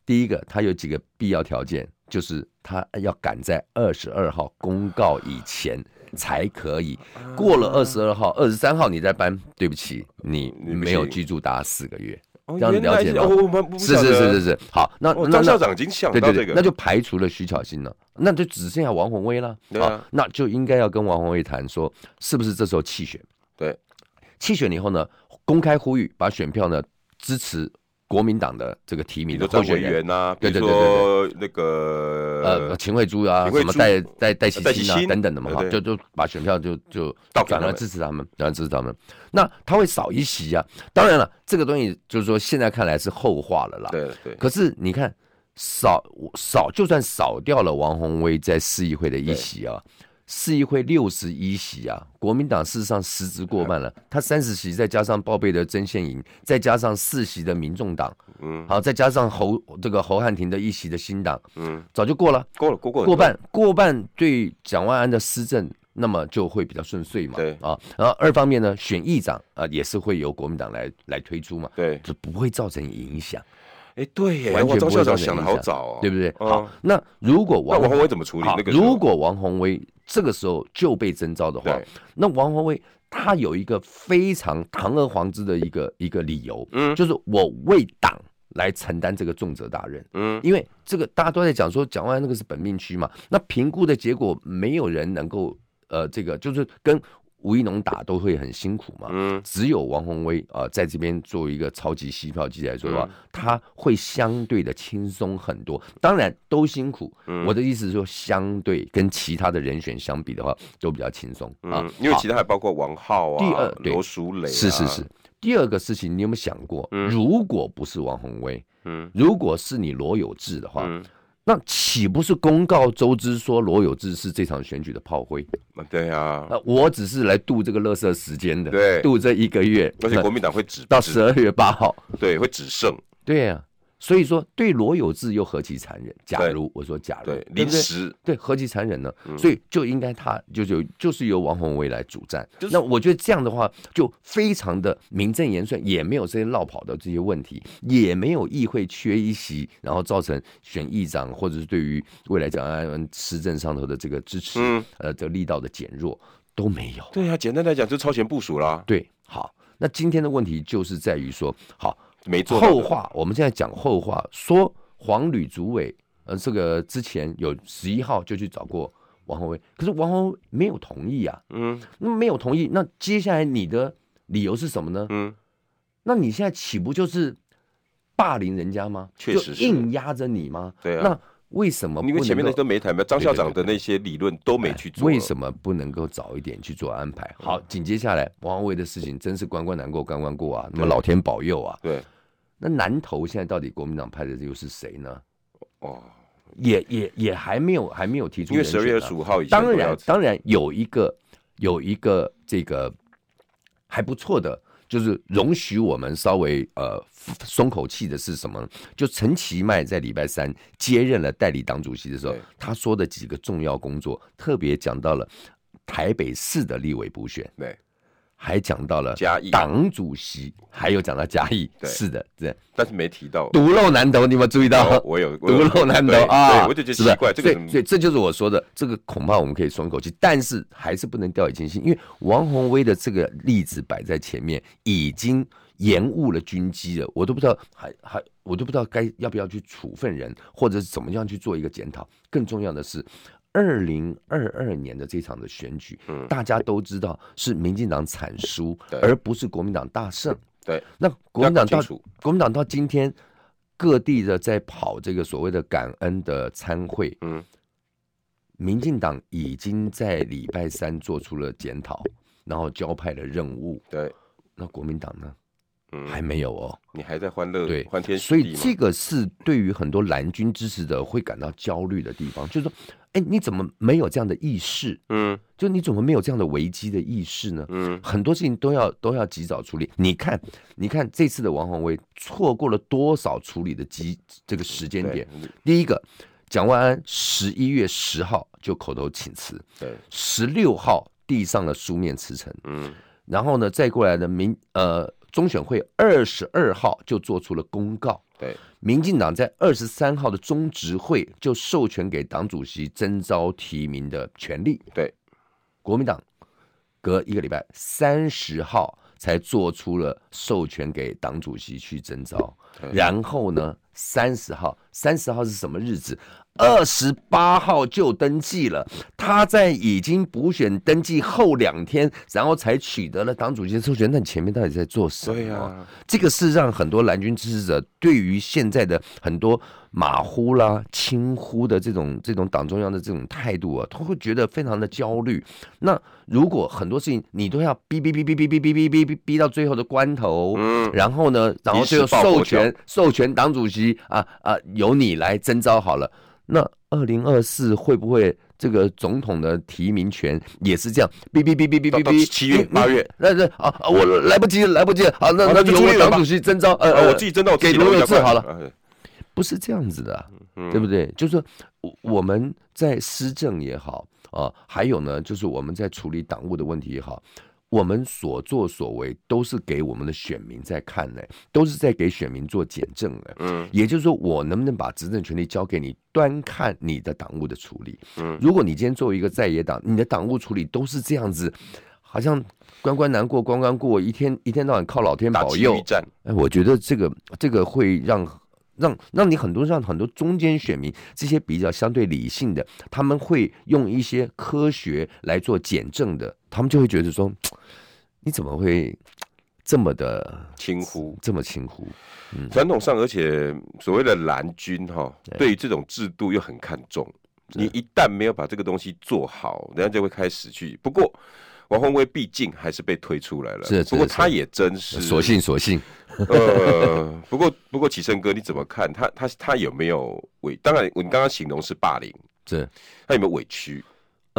[SPEAKER 2] 第一个，他有几个必要条件，就是他要赶在二十二号公告以前才可以。
[SPEAKER 1] 啊
[SPEAKER 2] 过了二十二号、二十三号你再搬，对不起，你
[SPEAKER 1] 你不
[SPEAKER 2] 没有
[SPEAKER 1] 行
[SPEAKER 2] 居住达四个月。
[SPEAKER 1] 哦
[SPEAKER 2] 这样
[SPEAKER 1] 原来
[SPEAKER 2] 了解
[SPEAKER 1] 是
[SPEAKER 2] 吗
[SPEAKER 1] 哦我们不
[SPEAKER 2] 是是是是，是，好，那
[SPEAKER 1] 不晓得哦张
[SPEAKER 2] 那那
[SPEAKER 1] 校长已经想
[SPEAKER 2] 对
[SPEAKER 1] 到
[SPEAKER 2] 对
[SPEAKER 1] 这
[SPEAKER 2] 对，
[SPEAKER 1] 个，
[SPEAKER 2] 那就排除了徐巧芯了，那就只剩下王宏威了。
[SPEAKER 1] 对啊
[SPEAKER 2] 好那就应该要跟王宏威谈说，是不是这时候弃选？
[SPEAKER 1] 对，
[SPEAKER 2] 弃选以后呢，公开呼吁把选票呢支持国民党的这个提
[SPEAKER 1] 比
[SPEAKER 2] 名
[SPEAKER 1] 如
[SPEAKER 2] 的
[SPEAKER 1] 说
[SPEAKER 2] 候
[SPEAKER 1] 张委
[SPEAKER 2] 选人。
[SPEAKER 1] 员呐，比
[SPEAKER 2] 对
[SPEAKER 1] 如
[SPEAKER 2] 对对对
[SPEAKER 1] 说那
[SPEAKER 2] 呃，
[SPEAKER 1] 个
[SPEAKER 2] 秦惠珠啊，
[SPEAKER 1] 秦惠
[SPEAKER 2] 什
[SPEAKER 1] 珠呃
[SPEAKER 2] 么戴戴戴喜
[SPEAKER 1] 戴喜
[SPEAKER 2] 欣啊
[SPEAKER 1] 欣
[SPEAKER 2] 等等的嘛，
[SPEAKER 1] 对
[SPEAKER 2] 哈，
[SPEAKER 1] 对
[SPEAKER 2] 就就把选票就就
[SPEAKER 1] 倒给
[SPEAKER 2] 转
[SPEAKER 1] 他
[SPEAKER 2] 而
[SPEAKER 1] 们
[SPEAKER 2] 支持他们，转而支持他们。那他会少一席啊。当然了，这个东西就是说现在看来是后话了啦。
[SPEAKER 1] 对对，
[SPEAKER 2] 可是你看，少少就算少掉了王宏威在市议会的一席啊，市议会六十一席啊，国民党事实上实质过半了，他三十席，再加上报备的曾宪营，再加上四席的民众党，
[SPEAKER 1] 嗯
[SPEAKER 2] 好，再加上侯这个侯汉廷的一席的新党，
[SPEAKER 1] 嗯，
[SPEAKER 2] 早就过了，
[SPEAKER 1] 过了过过
[SPEAKER 2] 过，半，过半对蒋万安的施政。那么就会比较顺遂嘛，
[SPEAKER 1] 对
[SPEAKER 2] 啊，然后二方面呢，选议长啊、也是会由国民党来来推出嘛，
[SPEAKER 1] 对，
[SPEAKER 2] 这不会造成影响。
[SPEAKER 1] 哎对耶，
[SPEAKER 2] 完
[SPEAKER 1] 哇
[SPEAKER 2] 全
[SPEAKER 1] 张
[SPEAKER 2] 不
[SPEAKER 1] 校
[SPEAKER 2] 会造
[SPEAKER 1] 长
[SPEAKER 2] 成
[SPEAKER 1] 想的
[SPEAKER 2] 影
[SPEAKER 1] 好
[SPEAKER 2] 响
[SPEAKER 1] 早哦，
[SPEAKER 2] 对不对？
[SPEAKER 1] 嗯
[SPEAKER 2] 好，那如果
[SPEAKER 1] 那
[SPEAKER 2] 王
[SPEAKER 1] 王宏伟怎么处理
[SPEAKER 2] 好
[SPEAKER 1] 那个时候？
[SPEAKER 2] 如果王宏威这个时候就被征召的话
[SPEAKER 1] 对，
[SPEAKER 2] 那王宏威他有一个非常堂而皇之的一个一个理由，
[SPEAKER 1] 嗯
[SPEAKER 2] 就是我为党来承担这个重责大任。
[SPEAKER 1] 嗯
[SPEAKER 2] 因为这个大家都在讲说蒋万安那个是本命区嘛，那评估的结果没有人能够呃，这个就是跟吴一农打都会很辛苦嘛，
[SPEAKER 1] 嗯
[SPEAKER 2] 只有王宏威啊、呃在这边作为一个超级吸票机来说
[SPEAKER 1] 嗯
[SPEAKER 2] 的话，他会相对的轻松很多。当然都辛苦，
[SPEAKER 1] 嗯
[SPEAKER 2] 我的意思是说，相对跟其他的人选相比的话，都比较轻松啊、
[SPEAKER 1] 嗯，因为
[SPEAKER 2] 好
[SPEAKER 1] 其他还包括王浩啊，嗯
[SPEAKER 2] 第二对
[SPEAKER 1] 罗淑蕾，
[SPEAKER 2] 是是是，。第二个事情，你有没有想过，如果不是王宏威，
[SPEAKER 1] 嗯
[SPEAKER 2] 如果是你罗有志的话，
[SPEAKER 1] 嗯，
[SPEAKER 2] 那岂不是公告周知说罗有志是这场选举的炮灰？
[SPEAKER 1] 对啊，
[SPEAKER 2] 那我只是来度这个乐色时间的，
[SPEAKER 1] 对
[SPEAKER 2] 度这一个月，
[SPEAKER 1] 而且国民党会只
[SPEAKER 2] 到
[SPEAKER 1] 只
[SPEAKER 2] 十二月八号。
[SPEAKER 1] 对会只剩，
[SPEAKER 2] 对呀、所以说对罗有志又何其残忍？假如我说假如
[SPEAKER 1] 对，嗯
[SPEAKER 2] 对
[SPEAKER 1] 临
[SPEAKER 2] 不对？
[SPEAKER 1] 时
[SPEAKER 2] 对，何其残忍呢？所以就应该他就就就是由王宏威来主战。
[SPEAKER 1] 就是
[SPEAKER 2] 那我觉得这样的话，就非常的名正言顺，也没有这些落跑的这些问题，也没有议会缺一席，然后造成选议长或者是对于未来蒋安安施政上头的这个支持，
[SPEAKER 1] 嗯
[SPEAKER 2] 呃，这个力道的减弱都没有。
[SPEAKER 1] 对啊，简单来讲就超前部署啦，
[SPEAKER 2] 对，好，那今天的问题就是在于说，好，
[SPEAKER 1] 没做到的
[SPEAKER 2] 后话，我们现在讲后话，说黄旅主委，呃，这个之前有十一号就去找过王宏威，可是王宏威没有同意啊，
[SPEAKER 1] 嗯
[SPEAKER 2] 那没有同意，那接下来你的理由是什么呢？
[SPEAKER 1] 嗯，
[SPEAKER 2] 那你现在岂不就是霸凌人家吗？
[SPEAKER 1] 确实是
[SPEAKER 2] 就硬压着你吗？
[SPEAKER 1] 对啊
[SPEAKER 2] 那为什么不
[SPEAKER 1] 因为
[SPEAKER 2] 能
[SPEAKER 1] 前面那
[SPEAKER 2] 够
[SPEAKER 1] 些都没谈嘛，张
[SPEAKER 2] 对
[SPEAKER 1] 校
[SPEAKER 2] 对
[SPEAKER 1] 长
[SPEAKER 2] 对
[SPEAKER 1] 的那些理论都没去做，嗯
[SPEAKER 2] 为什么不能够早一点去做安排？好，紧接下来王宏伟的事情真是关关难过关关过啊！那么
[SPEAKER 1] 对
[SPEAKER 2] 老天保佑啊！
[SPEAKER 1] 对，
[SPEAKER 2] 那南投现在到底国民党派的又是谁呢？
[SPEAKER 1] 哦，
[SPEAKER 2] 也也也还没有还没有提出
[SPEAKER 1] 因为
[SPEAKER 2] 人
[SPEAKER 1] 十
[SPEAKER 2] 选啊、
[SPEAKER 1] 二月二十五号以前
[SPEAKER 2] 当
[SPEAKER 1] 都要
[SPEAKER 2] 然当然有一个有一个这个还不错的，就是容许我们稍微呃松口气的是什么呢？就陈其迈在礼拜三接任了代理党主席的时候
[SPEAKER 1] 对，
[SPEAKER 2] 他说的几个重要工作，特别讲到了台北市的立委补选，
[SPEAKER 1] 对，
[SPEAKER 2] 还讲到了
[SPEAKER 1] 嘉义
[SPEAKER 2] 党主席，还有讲到嘉义，
[SPEAKER 1] 对
[SPEAKER 2] 是的，对，
[SPEAKER 1] 但是没提到，
[SPEAKER 2] 独漏难投，你有没有注意到？
[SPEAKER 1] 哦我 有我
[SPEAKER 2] 独
[SPEAKER 1] 有
[SPEAKER 2] 漏难得
[SPEAKER 1] 对
[SPEAKER 2] 啊！
[SPEAKER 1] 对我就觉得
[SPEAKER 2] 是不是
[SPEAKER 1] 奇怪，这个
[SPEAKER 2] 所以所以这就是我说的，这个恐怕我们可以松口气，但是还是不能掉以轻心，因为王宏威的这个例子摆在前面，已经延误了军机了，我都不知道还 还我都不知道该要不要去处分人，或者是怎么样去做一个检讨。更重要的是。二零二二年的这场的选举，大家都知道是民进党惨输
[SPEAKER 1] 对，
[SPEAKER 2] 而不是国民党大胜。
[SPEAKER 1] 对，
[SPEAKER 2] 那国民党
[SPEAKER 1] 要搞清
[SPEAKER 2] 到
[SPEAKER 1] 楚
[SPEAKER 2] 国民党到今天各地的在跑这个所谓的感恩的参会，
[SPEAKER 1] 嗯，
[SPEAKER 2] 民进党已经在礼拜三做出了检讨，然后交派了任务，
[SPEAKER 1] 对，
[SPEAKER 2] 那国民党呢
[SPEAKER 1] 嗯，
[SPEAKER 2] 还没有哦，
[SPEAKER 1] 你还在欢乐
[SPEAKER 2] 对，
[SPEAKER 1] 欢天
[SPEAKER 2] 所
[SPEAKER 1] 喜
[SPEAKER 2] 以
[SPEAKER 1] 地
[SPEAKER 2] 这
[SPEAKER 1] 嘛，
[SPEAKER 2] 个是对于很多蓝军支持者会感到焦虑的地方，就是说，哎，你怎么没有这样的意识？
[SPEAKER 1] 嗯
[SPEAKER 2] 就你怎么没有这样的危机的意识呢？
[SPEAKER 1] 嗯，
[SPEAKER 2] 很多事情都要都要及早处理。你看，你看这次的王宏威错过了多少处理的及这个时间点？
[SPEAKER 1] 对
[SPEAKER 2] 第一个，蒋万安十一月十号就口头请辞，
[SPEAKER 1] 对，
[SPEAKER 2] 十六号递上了书面辞呈，
[SPEAKER 1] 嗯
[SPEAKER 2] 然后呢，再过来的民呃中选会二十二号就做出了公告，
[SPEAKER 1] 对，
[SPEAKER 2] 民进党在二十三号的中执会就授权给党主席征召提名的权利。
[SPEAKER 1] 对，
[SPEAKER 2] 国民党隔一个礼拜三十号才做出了授权给党主席去征召，然后呢，三十号，三十号是什么日子？二十八号就登记了，他在已经补选登记后两天，然后才取得了党主席的授权。那你前面到底在做什么？
[SPEAKER 1] 对呀，
[SPEAKER 2] 这个是让很多蓝军支持者对于现在的很多马虎啦、轻忽的这种这种党中央的这种态度啊，他会觉得非常的焦虑。那如果很多事情你都要逼逼逼逼逼逼逼逼逼逼逼到最后的关头，
[SPEAKER 1] 嗯，
[SPEAKER 2] 然后呢，然后最后
[SPEAKER 1] 一时抱佛
[SPEAKER 2] 授
[SPEAKER 1] 脚
[SPEAKER 2] 权授权党主席啊啊，由你来征召好了。那二零二四会不会这个总统的提名权也是这样？哔哔哔哔哔
[SPEAKER 1] 到
[SPEAKER 2] 哔
[SPEAKER 1] 到
[SPEAKER 2] 哔，
[SPEAKER 1] 七月
[SPEAKER 2] 嗯
[SPEAKER 1] 八月，
[SPEAKER 2] 那那啊，啊我来不及了，来不及了。好，那
[SPEAKER 1] 好
[SPEAKER 2] 那
[SPEAKER 1] 那就
[SPEAKER 2] 由
[SPEAKER 1] 朱立
[SPEAKER 2] 我
[SPEAKER 1] 伦吧
[SPEAKER 2] 党主席征召，呃，
[SPEAKER 1] 呃，
[SPEAKER 2] 呃
[SPEAKER 1] 我自己真的我自己
[SPEAKER 2] 给罗
[SPEAKER 1] 弄一
[SPEAKER 2] 有
[SPEAKER 1] 下
[SPEAKER 2] 志
[SPEAKER 1] 快
[SPEAKER 2] 好了，
[SPEAKER 1] 哎
[SPEAKER 2] 不是这样子的啊，
[SPEAKER 1] 嗯
[SPEAKER 2] 对不对？就是说我我们在施政也好啊，还有呢，就是我们在处理党务的问题也好，我们所作所为都是给我们的选民在看的，都是在给选民做检证的。
[SPEAKER 1] 嗯
[SPEAKER 2] 也就是说，我能不能把执政权力交给你，端看你的党务的处理。
[SPEAKER 1] 嗯，
[SPEAKER 2] 如果你今天作为一个在野党，你的党务处理都是这样子，好像关关难过关关过，一天一天到晚靠老天
[SPEAKER 1] 打
[SPEAKER 2] 保
[SPEAKER 1] 区
[SPEAKER 2] 佑
[SPEAKER 1] 域，战，
[SPEAKER 2] 哎，我觉得这个这个会让让让你很多让很多中间选民这些比较相对理性的，他们会用一些科学来做检证的，他们就会觉得说，你怎么会这么的
[SPEAKER 1] 轻呼。
[SPEAKER 2] 这么轻忽？
[SPEAKER 1] 传统上，而且所谓的蓝军哈，对于这种制度又很看重。你一旦没有把这个东西做好，人家就会开始去。不过，王宏威毕竟还是被推出来了。
[SPEAKER 2] 是是
[SPEAKER 1] 不过
[SPEAKER 2] 是
[SPEAKER 1] 他也真是，
[SPEAKER 2] 索性索性，
[SPEAKER 1] 呃，不过不过，启胜哥你怎么看他他他有没有委？当然，你刚刚形容是霸凌，
[SPEAKER 2] 这
[SPEAKER 1] 他有没有委屈？
[SPEAKER 2] 呃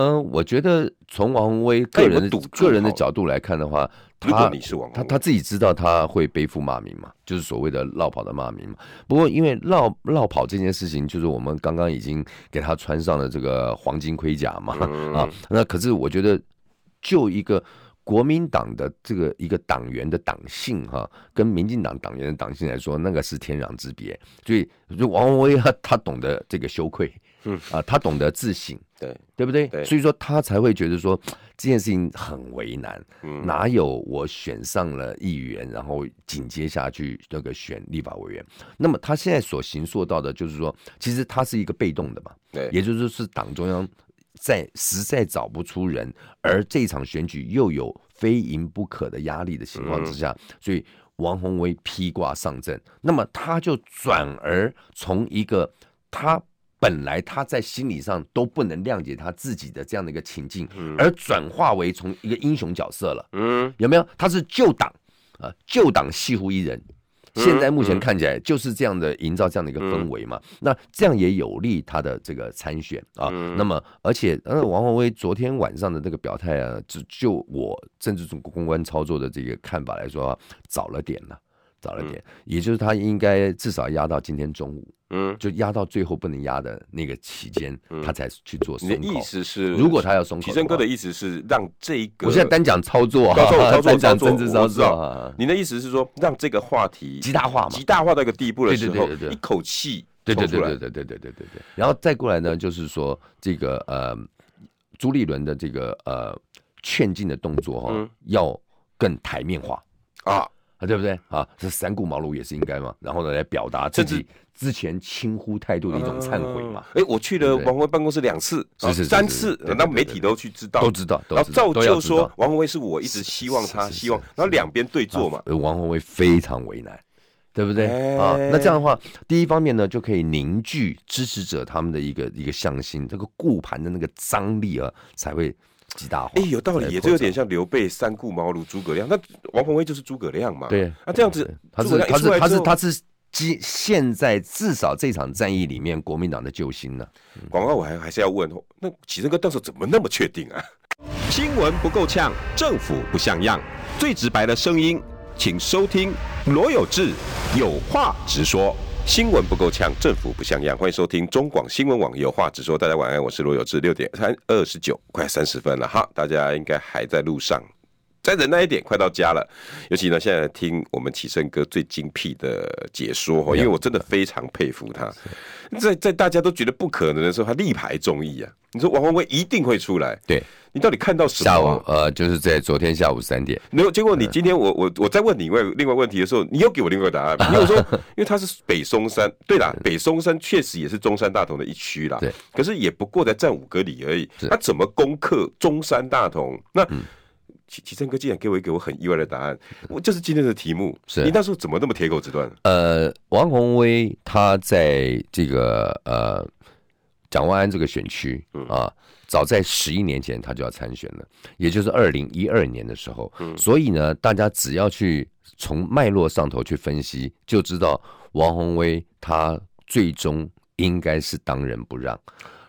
[SPEAKER 2] 嗯，我觉得从王宏威
[SPEAKER 1] 他
[SPEAKER 2] 个人
[SPEAKER 1] 有没有
[SPEAKER 2] 的
[SPEAKER 1] 赌注
[SPEAKER 2] 个人的
[SPEAKER 1] 好
[SPEAKER 2] 角度来看的话，
[SPEAKER 1] 如果
[SPEAKER 2] 他
[SPEAKER 1] 你是网
[SPEAKER 2] 他
[SPEAKER 1] 红，
[SPEAKER 2] 他自己知道他会背负骂名嘛，就是所谓的绕跑的骂名嘛。不过因为绕绕跑这件事情，就是我们刚刚已经给他穿上了这个黄金盔甲嘛、
[SPEAKER 1] 嗯
[SPEAKER 2] 啊。那可是我觉得，就一个国民党的这个一个党员的党性哈、跟民进党党员的党性来说，那个是天壤之别。所以，就王威他他懂得这个羞愧，
[SPEAKER 1] 嗯
[SPEAKER 2] 啊，他懂得自省。
[SPEAKER 1] 对，
[SPEAKER 2] 对不对？
[SPEAKER 1] 对
[SPEAKER 2] 所以说他才会觉得说这件事情很为难，
[SPEAKER 1] 嗯
[SPEAKER 2] 哪有我选上了议员，然后紧接下去那个选立法委员？那么他现在所行塑到的就是说，其实他是一个被动的嘛，
[SPEAKER 1] 对
[SPEAKER 2] 也就是说是党中央在实在找不出人，而这场选举又有非赢不可的压力的情
[SPEAKER 1] 嗯
[SPEAKER 2] 况之下，所以王宏威披挂上阵，那么他就转而从一个他。本来他在心理上都不能谅解他自己的这样的一个情境，而转化为从一个英雄角色了。
[SPEAKER 1] 嗯，
[SPEAKER 2] 有没有？他是旧党啊，旧党系乎一人。
[SPEAKER 1] 嗯
[SPEAKER 2] 现在目前看起来就是这样的，营造这样的一个氛围嘛。
[SPEAKER 1] 嗯
[SPEAKER 2] 那这样也有利他的这个参选啊。那么，而且呃，王宏威昨天晚上的这个表态啊，就就我政治公关操作的这个看法来说、啊，早了点了，早了点。也就是他应该至少压到今天中午，
[SPEAKER 1] 嗯，
[SPEAKER 2] 就压到最后不能压的那个期间，他才去做松
[SPEAKER 1] 你的
[SPEAKER 2] 口。
[SPEAKER 1] 意思是，
[SPEAKER 2] 如果他要松口
[SPEAKER 1] 提
[SPEAKER 2] 话，
[SPEAKER 1] 升哥的意思是让这一个，
[SPEAKER 2] 我现在单讲操作啊，
[SPEAKER 1] 操 作操作
[SPEAKER 2] 单
[SPEAKER 1] 操
[SPEAKER 2] 讲
[SPEAKER 1] 作
[SPEAKER 2] 政治操
[SPEAKER 1] 我知
[SPEAKER 2] 作
[SPEAKER 1] 道
[SPEAKER 2] 啊。
[SPEAKER 1] 你的意思是说让这个话题
[SPEAKER 2] 极大化嘛
[SPEAKER 1] 极。大化到一个地步的
[SPEAKER 2] 对
[SPEAKER 1] 时
[SPEAKER 2] 对
[SPEAKER 1] 候，
[SPEAKER 2] 对对对
[SPEAKER 1] 一口气
[SPEAKER 2] 对对
[SPEAKER 1] 冲出
[SPEAKER 2] 对
[SPEAKER 1] 来
[SPEAKER 2] 对对对对对对对。然后再过来呢，就是说这个呃，朱立伦的这个呃劝进的动作哈、
[SPEAKER 1] 嗯
[SPEAKER 2] 要更台面化
[SPEAKER 1] 啊，
[SPEAKER 2] 啊，对不对啊？这三顾茅庐也是应该嘛。然后呢，来表达自
[SPEAKER 1] 甚
[SPEAKER 2] 己之前轻忽态度的一种忏悔嘛
[SPEAKER 1] 啊。哎，我去了
[SPEAKER 2] 对
[SPEAKER 1] 王宏威办公室两次，
[SPEAKER 2] 是
[SPEAKER 1] 啊
[SPEAKER 2] 是是
[SPEAKER 1] 三
[SPEAKER 2] 是
[SPEAKER 1] 次
[SPEAKER 2] 对，对
[SPEAKER 1] 那
[SPEAKER 2] 对
[SPEAKER 1] 媒
[SPEAKER 2] 对
[SPEAKER 1] 体都去知道
[SPEAKER 2] 都，知道，都
[SPEAKER 1] 然后
[SPEAKER 2] 知道
[SPEAKER 1] 造
[SPEAKER 2] 都要
[SPEAKER 1] 就
[SPEAKER 2] 知道
[SPEAKER 1] 说王宏威是我一直希望他
[SPEAKER 2] 是是
[SPEAKER 1] 希望
[SPEAKER 2] 是，
[SPEAKER 1] 然后两边对坐嘛，
[SPEAKER 2] 呃王宏威非常为难，对不对、
[SPEAKER 1] 哎
[SPEAKER 2] 啊？那这样的话，第一方面呢，就可以凝聚支持者他们的一个一个向心，这个固盘的那个张力啊，才会极大化。
[SPEAKER 1] 哎，有道
[SPEAKER 2] 才
[SPEAKER 1] 理耶，
[SPEAKER 2] 扩
[SPEAKER 1] 这有点
[SPEAKER 2] 张。
[SPEAKER 1] 像刘备三顾茅庐诸葛亮，那王宏威就是诸葛亮嘛，啊
[SPEAKER 2] 对
[SPEAKER 1] 那这样子
[SPEAKER 2] 他
[SPEAKER 1] 诸葛
[SPEAKER 2] 是
[SPEAKER 1] 亮一
[SPEAKER 2] 他
[SPEAKER 1] 出来
[SPEAKER 2] 是他
[SPEAKER 1] 之
[SPEAKER 2] 是
[SPEAKER 1] 后
[SPEAKER 2] 他是今现在至少这场战役里面国民党的救星呢、
[SPEAKER 1] 广告我还还是要问，那启正哥到时候怎么那么确定啊？新闻不够呛，政府不像样，最直白的声音，请收听罗有志有话直说。新闻不够呛，政府不像样，欢迎收听中广新闻网有话直说。大家晚安，我是罗有志，六点三二十九，快三十分了哈，大家应该还在路上。再忍耐一点，快到家了。尤其呢，现在听我们启胜哥最精辟的解说哦，因为我真的非常佩服他。在在大家都觉得不可能的时候，他力排众议啊！你说王宏威一定会出来，
[SPEAKER 2] 对，
[SPEAKER 1] 你到底看到什么
[SPEAKER 2] 下午
[SPEAKER 1] 啊？
[SPEAKER 2] 呃，就是在昨天下午三点，
[SPEAKER 1] 然后结
[SPEAKER 2] 嗯
[SPEAKER 1] 果你今天我我我在问你另外另外问题的时候，你又给我另外一个答 案，因为我说因为他是北松山，对啦，北松山确实也是中山大同的一区啦，
[SPEAKER 2] 嗯对，
[SPEAKER 1] 可是也不过才占五个里而已，
[SPEAKER 2] 是嗯
[SPEAKER 1] 他怎么攻克中山大同？那齐齐正哥竟然给我一个我很意外的答案，我就是今天的题目，
[SPEAKER 2] 是啊
[SPEAKER 1] 你那时候怎么那么铁口直断？
[SPEAKER 2] 呃，王宏威他在这个呃蒋万安这个选区啊，早在十一年前他就要参选了，也就是二零一二年的时候。所以呢，大家只要去从脉络上头去分析，就知道王宏威他最终应该是当仁不让。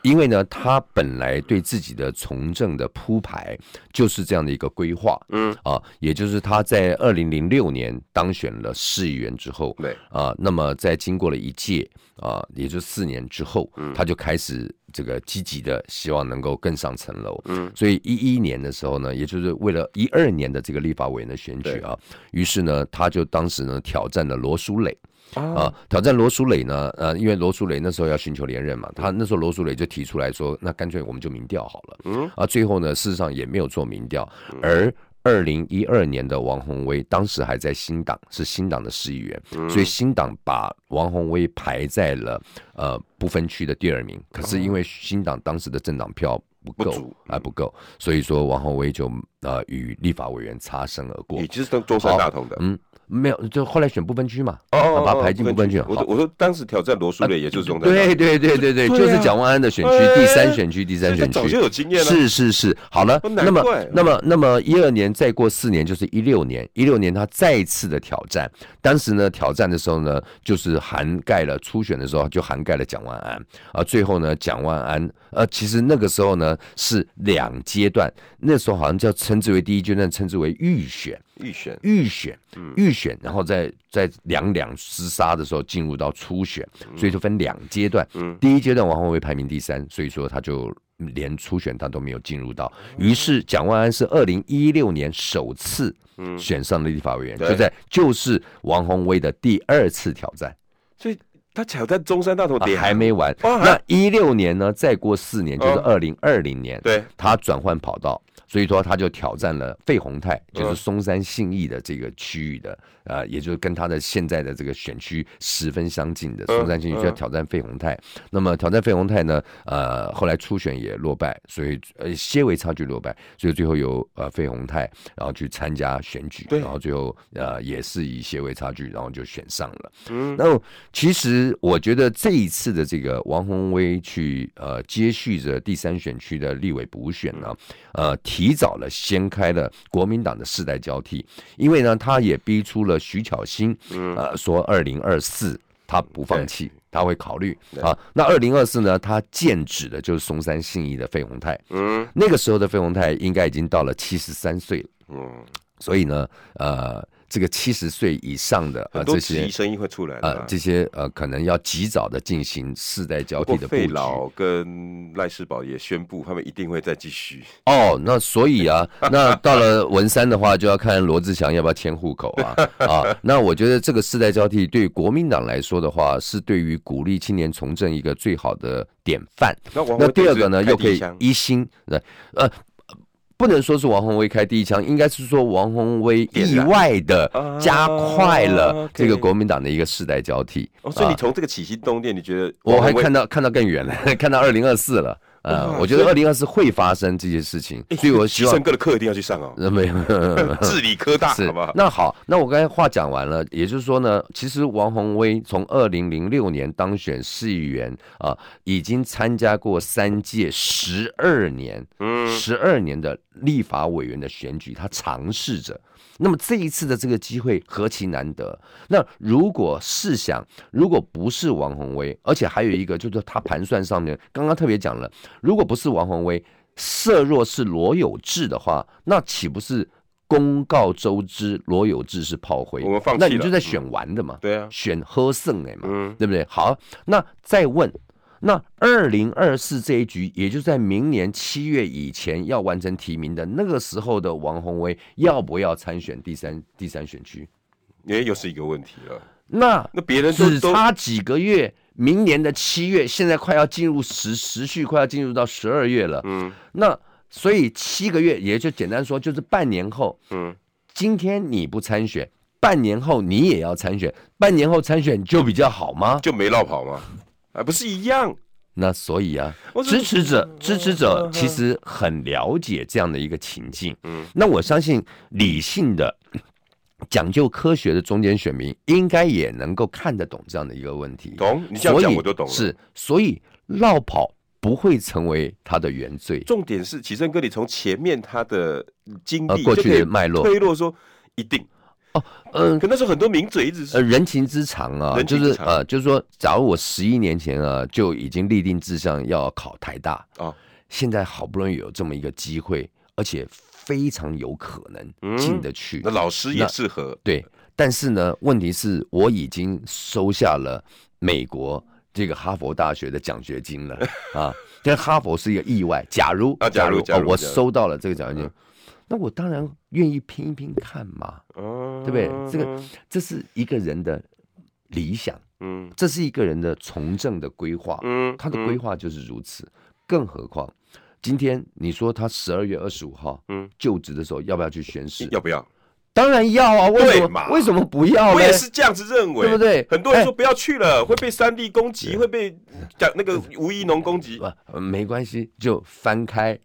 [SPEAKER 2] 因为呢，他本来对自己的从政的铺排就是这样的一个规划，
[SPEAKER 1] 嗯
[SPEAKER 2] 啊，也就是他在二零零六年当选了市议员之后，
[SPEAKER 1] 对，
[SPEAKER 2] 啊，那么在经过了一届啊，也就四年之后，他就开始这个积极的希望能够更上层楼，
[SPEAKER 1] 嗯，
[SPEAKER 2] 所以一一年的时候呢，也就是为了一二年的这个立法委员的选举啊，于是呢，他就当时呢挑战了罗淑蕾。
[SPEAKER 1] 哦
[SPEAKER 2] 啊，挑战罗淑蕾呢？呃，因为罗淑蕾那时候要寻求连任嘛，他那时候罗淑蕾就提出来说，那干脆我们就民调好了。
[SPEAKER 1] 嗯，
[SPEAKER 2] 啊，最后呢，事实上也没有做民调，而。二零一二年的王宏威当时还在新党，是新党的市议员，
[SPEAKER 1] 嗯
[SPEAKER 2] 所以新党把王宏威排在了呃不分区的第二名。可是因为新党当时的政党票不
[SPEAKER 1] 哦不
[SPEAKER 2] 够
[SPEAKER 1] 足
[SPEAKER 2] 啊、不够，所以说王宏威就呃与立法委员擦身而过
[SPEAKER 1] 也。就是当中山大同的。
[SPEAKER 2] 嗯，没有，就后来选不分区嘛，
[SPEAKER 1] 哦哦，
[SPEAKER 2] 把它
[SPEAKER 1] 哦
[SPEAKER 2] 排进
[SPEAKER 1] 不
[SPEAKER 2] 不
[SPEAKER 1] 分
[SPEAKER 2] 分区。
[SPEAKER 1] 我
[SPEAKER 2] 好
[SPEAKER 1] 说我说当时挑战罗淑蕾，也就是中山大同。
[SPEAKER 2] 啊对对对对对，
[SPEAKER 1] 对啊
[SPEAKER 2] 就是蒋万安的选区
[SPEAKER 1] 哎
[SPEAKER 2] 第三选区第三
[SPEAKER 1] 所以
[SPEAKER 2] 选
[SPEAKER 1] 他早就
[SPEAKER 2] 区。
[SPEAKER 1] 有经验了。
[SPEAKER 2] 是是是，好了，
[SPEAKER 1] 哦
[SPEAKER 2] 那
[SPEAKER 1] 难
[SPEAKER 2] 么
[SPEAKER 1] 怪
[SPEAKER 2] 那么那么一二年再过四年就是一六年，一六年他再次的挑战，当时呢挑战的时候呢，就是涵盖了初选的时候就涵盖了蒋万安啊，最后呢蒋万安呃，其实那个时候呢是两阶段，那时候好像叫称称之为第一阶段称之为预选，
[SPEAKER 1] 预选嗯
[SPEAKER 2] 预选，预选，然后再再两两厮杀的时候进入到初选，
[SPEAKER 1] 嗯
[SPEAKER 2] 所以就分两阶段。第一阶段王宏威排名第三，所以说他就连初选他都没有进入到。
[SPEAKER 1] 嗯
[SPEAKER 2] 于是蒋万安是二零一六年首次选上的立法委员，
[SPEAKER 1] 嗯对
[SPEAKER 2] 就在就是王宏威的第二次挑战。
[SPEAKER 1] 所以他挑战中山大同
[SPEAKER 2] 啊
[SPEAKER 1] 也
[SPEAKER 2] 还没完。
[SPEAKER 1] 哦还哦
[SPEAKER 2] 那一六年呢？再过四年就是二零二零年，
[SPEAKER 1] 对
[SPEAKER 2] 他转换跑道，所以说他就挑战了费鸿泰，
[SPEAKER 1] 哦
[SPEAKER 2] 就是松山信义的这个区域的，呃，也就是跟他的现在的这个选区十分相近的
[SPEAKER 1] 嗯
[SPEAKER 2] 松山信义区要挑战费鸿泰。那么挑战费鸿泰呢，呃，后来初选也落败，所以呃，些微差距落败，所以最后由呃费鸿泰然后去参加选举，
[SPEAKER 1] 对
[SPEAKER 2] 然后最后呃也是以些微差距，然后就选上了。
[SPEAKER 1] 嗯
[SPEAKER 2] 那其实我觉得这一次的这个王宏威去呃接续着第三选区的立委补选呢，
[SPEAKER 1] 嗯
[SPEAKER 2] 呃，提早了掀开了国民党的世代交替，因为呢，他也逼出了徐巧芯，
[SPEAKER 1] 嗯
[SPEAKER 2] 呃，说二零二四他不放弃。他会考虑啊，那二零二四呢？他剑指的就是松山信义的费鸿泰，
[SPEAKER 1] 嗯
[SPEAKER 2] 那个时候的费鸿泰应该已经到了七十三岁了，
[SPEAKER 1] 嗯，
[SPEAKER 2] 所以呢，呃，这个七十岁以上的呃
[SPEAKER 1] 很多
[SPEAKER 2] 这
[SPEAKER 1] 质
[SPEAKER 2] 些
[SPEAKER 1] 疑声音会出来的
[SPEAKER 2] 呃
[SPEAKER 1] 啊。，
[SPEAKER 2] 这些呃，可能要及早的进行世代交
[SPEAKER 1] 不过
[SPEAKER 2] 替的布
[SPEAKER 1] 费
[SPEAKER 2] 局。
[SPEAKER 1] 老跟赖世宝也宣布，他们一定会再继续。
[SPEAKER 2] 哦，那所 以啊，那到了文山的话，就要看罗志祥要不要迁户口 啊啊！那我觉得这个世代交替对国民党来说的话，是对于鼓励青年从政一个最好的典范。
[SPEAKER 1] 那王
[SPEAKER 2] 那
[SPEAKER 1] 宏
[SPEAKER 2] 第
[SPEAKER 1] 德
[SPEAKER 2] 二
[SPEAKER 1] 是
[SPEAKER 2] 个呢，
[SPEAKER 1] 开
[SPEAKER 2] 又
[SPEAKER 1] 第
[SPEAKER 2] 可
[SPEAKER 1] 一
[SPEAKER 2] 以
[SPEAKER 1] 枪
[SPEAKER 2] 一心呃呃，不能说是王宏威开第一枪，应该是说王宏威
[SPEAKER 1] 点
[SPEAKER 2] 意
[SPEAKER 1] 燃
[SPEAKER 2] 外的
[SPEAKER 1] 啊
[SPEAKER 2] 加快了
[SPEAKER 1] OK
[SPEAKER 2] 这个国民党的一个世代交替。
[SPEAKER 1] 哦，所以
[SPEAKER 2] 啊
[SPEAKER 1] 你从这个起心动念，你觉得
[SPEAKER 2] 我
[SPEAKER 1] 王
[SPEAKER 2] 还
[SPEAKER 1] 宏威
[SPEAKER 2] 看到看到更远了， 看到二零二四了。呃
[SPEAKER 1] 哇，
[SPEAKER 2] 我觉得
[SPEAKER 1] 所哎
[SPEAKER 2] 二零二四会发生这些事情，所以我希
[SPEAKER 1] 吉
[SPEAKER 2] 望
[SPEAKER 1] 胜哥的课一定要去上哦，
[SPEAKER 2] 呃没有没有没有 没有
[SPEAKER 1] 治理科大，
[SPEAKER 2] 是
[SPEAKER 1] 好不好？
[SPEAKER 2] 那好，那我刚才话讲完了，也就是说呢，其实王宏威从二零零六年当选市议员啊、已经参加过三届十二年，
[SPEAKER 1] 嗯
[SPEAKER 2] 十二年的立法委员的选举，他尝试着。那么这一次的这个机会何其难得！那如果试想，如果不是王宏威，而且还有一个就是他盘算上面，刚刚特别讲了，如果不是王宏威，设若是罗有志的话，那岂不是公告周知罗有志是炮灰？
[SPEAKER 1] 我们放弃
[SPEAKER 2] 那
[SPEAKER 1] 了
[SPEAKER 2] 你就在选完的嘛，
[SPEAKER 1] 对啊，
[SPEAKER 2] 选喝剩的嘛，
[SPEAKER 1] 嗯
[SPEAKER 2] 对不对？好，那再问，那二零二四这一局，也就在明年七月以前要完成提名的那个时候的王宏威，要不要参选第三第三选区？
[SPEAKER 1] 也哎又是一个问题了。
[SPEAKER 2] 那
[SPEAKER 1] 那别人都
[SPEAKER 2] 只
[SPEAKER 1] 都
[SPEAKER 2] 差几个月，明年的七月，现在快要进入时时序，快要进入到十二月了。
[SPEAKER 1] 嗯
[SPEAKER 2] 那所以七个月，也就简单说，就是半年后，
[SPEAKER 1] 嗯，
[SPEAKER 2] 今天你不参选，半年后你也要参选，半年后参选就比较好吗？
[SPEAKER 1] 就没绕跑吗？啊，不是一样？
[SPEAKER 2] 那所以啊
[SPEAKER 1] 我，嗯是
[SPEAKER 2] 支持者支持者其实很了解这样的一个情境。
[SPEAKER 1] 嗯，
[SPEAKER 2] 那我相信理性的、讲究科学的中间选民，应该也能够看得懂这样的一个问题。
[SPEAKER 1] 懂？你这样
[SPEAKER 2] 所
[SPEAKER 1] 讲
[SPEAKER 2] 以
[SPEAKER 1] 我就懂了。
[SPEAKER 2] 是，所以绕跑不会成为他的原罪。
[SPEAKER 1] 重点是启胜哥，你从前面他的经
[SPEAKER 2] 呃
[SPEAKER 1] 历
[SPEAKER 2] 过去
[SPEAKER 1] 就可以
[SPEAKER 2] 的脉络
[SPEAKER 1] 推落说一定，
[SPEAKER 2] 嗯、
[SPEAKER 1] 可那时候很多名嘴一直是
[SPEAKER 2] 呃，人情之常啊，
[SPEAKER 1] 人
[SPEAKER 2] 就
[SPEAKER 1] 情之
[SPEAKER 2] 是
[SPEAKER 1] 常
[SPEAKER 2] 呃，就是说，假如我十一年前啊就已经立定志向要考台大，
[SPEAKER 1] 啊，
[SPEAKER 2] 现在好不容易有这么一个机会，而且非常有可能进得去。
[SPEAKER 1] 嗯那老师也适合，
[SPEAKER 2] 对，但是呢，问题是我已经收下了美国这个哈佛大学的奖学 金了啊。但哈佛是一个意外，假如
[SPEAKER 1] 啊假如假
[SPEAKER 2] 哦
[SPEAKER 1] 如
[SPEAKER 2] 我
[SPEAKER 1] 假如
[SPEAKER 2] 收到了这个奖学金，那我当然愿意拼一拼看嘛。
[SPEAKER 1] 嗯，
[SPEAKER 2] 对不对这个这是一个人的理想，
[SPEAKER 1] 嗯
[SPEAKER 2] 这是一个人的从政的规划，
[SPEAKER 1] 嗯，
[SPEAKER 2] 他的规划就是如此。更何况，今天你说他十二月二十五号，
[SPEAKER 1] 嗯
[SPEAKER 2] 嗯，就职的时候要不要去宣誓？
[SPEAKER 1] 要不要？
[SPEAKER 2] 当然要啊，为
[SPEAKER 1] 对
[SPEAKER 2] 什么
[SPEAKER 1] 嘛
[SPEAKER 2] 为什么不要呢？
[SPEAKER 1] 我也是这样子认为，
[SPEAKER 2] 对不对
[SPEAKER 1] 很多人
[SPEAKER 2] 哎
[SPEAKER 1] 说不要去了，会被三 D 攻击，会被讲那个吴一农攻击。
[SPEAKER 2] 不、呃没关系，就 翻开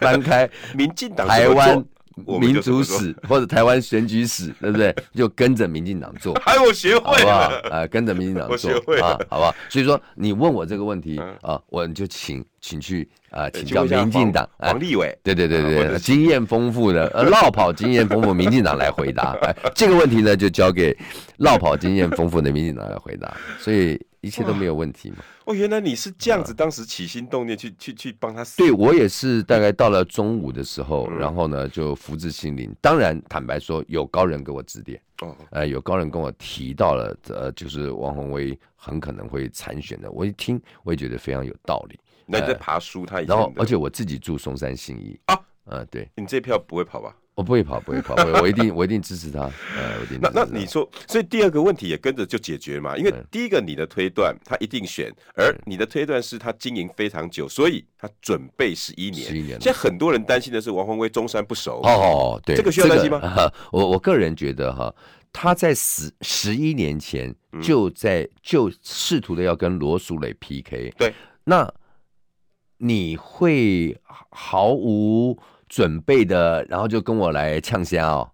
[SPEAKER 2] 翻开
[SPEAKER 1] 民进党
[SPEAKER 2] 台
[SPEAKER 1] 怎么做
[SPEAKER 2] 湾
[SPEAKER 1] 我们
[SPEAKER 2] 民
[SPEAKER 1] 就怎么
[SPEAKER 2] 主
[SPEAKER 1] 做
[SPEAKER 2] 史或者台湾选举史，对不对？就跟着民进党做。
[SPEAKER 1] 还有我学
[SPEAKER 2] 好
[SPEAKER 1] 会
[SPEAKER 2] 不好？啊
[SPEAKER 1] 了，、
[SPEAKER 2] 跟着民进党
[SPEAKER 1] 我
[SPEAKER 2] 做
[SPEAKER 1] 学会了
[SPEAKER 2] 啊，好不好？所以说你问我这个问题
[SPEAKER 1] 嗯
[SPEAKER 2] 啊，我就请请去啊、呃请
[SPEAKER 1] 就
[SPEAKER 2] 教
[SPEAKER 1] 问一下
[SPEAKER 2] 民进党
[SPEAKER 1] 黄
[SPEAKER 2] 啊
[SPEAKER 1] 黄立伟，
[SPEAKER 2] 对对对
[SPEAKER 1] 啊或者
[SPEAKER 2] 对，
[SPEAKER 1] 是
[SPEAKER 2] 经验丰富的 呃，绕跑经验丰富，民进党来回答。哎，这个问题呢，就交给绕跑经验丰富的民进党来 回答，所以一切都没有问题嘛。
[SPEAKER 1] 哦，原来你是这样子，当时起心动念去去去帮他死，
[SPEAKER 2] 嗯对我也是，大概到了中午的时
[SPEAKER 1] 嗯
[SPEAKER 2] 候，然后呢就福至心灵。当然，坦白说，有高人给我指点，
[SPEAKER 1] 哦，
[SPEAKER 2] 呃，有高人跟我提到了，呃，就是王宏威很可能会参选的。我一听，我也觉得非常有道理。
[SPEAKER 1] 那你在爬书他以前
[SPEAKER 2] 哎然后，
[SPEAKER 1] 的
[SPEAKER 2] 而且我自己住松山信义
[SPEAKER 1] 啊，
[SPEAKER 2] 呃，对
[SPEAKER 1] 你这票不会跑吧？
[SPEAKER 2] 我不会跑，不会跑，我我一定我一定支持他，呃，我一定支持
[SPEAKER 1] 那
[SPEAKER 2] 他。
[SPEAKER 1] 那你说，所以第二个问题也跟着就解决嘛？因为第一个你的推断他一定选，而你的推断是他经营非常久，所以他准备十一年。
[SPEAKER 2] 11年了
[SPEAKER 1] 现在很多人担心的是王宏威中山不熟，
[SPEAKER 2] 哦，对，
[SPEAKER 1] 这个需要担 心吗
[SPEAKER 2] 啊我我个人觉得哈，他在十十一年前
[SPEAKER 1] 嗯
[SPEAKER 2] 就在、就试图的要跟罗淑蕾 PK，
[SPEAKER 1] 对，
[SPEAKER 2] 那你会毫无准备的，然后就跟我来呛虾哦。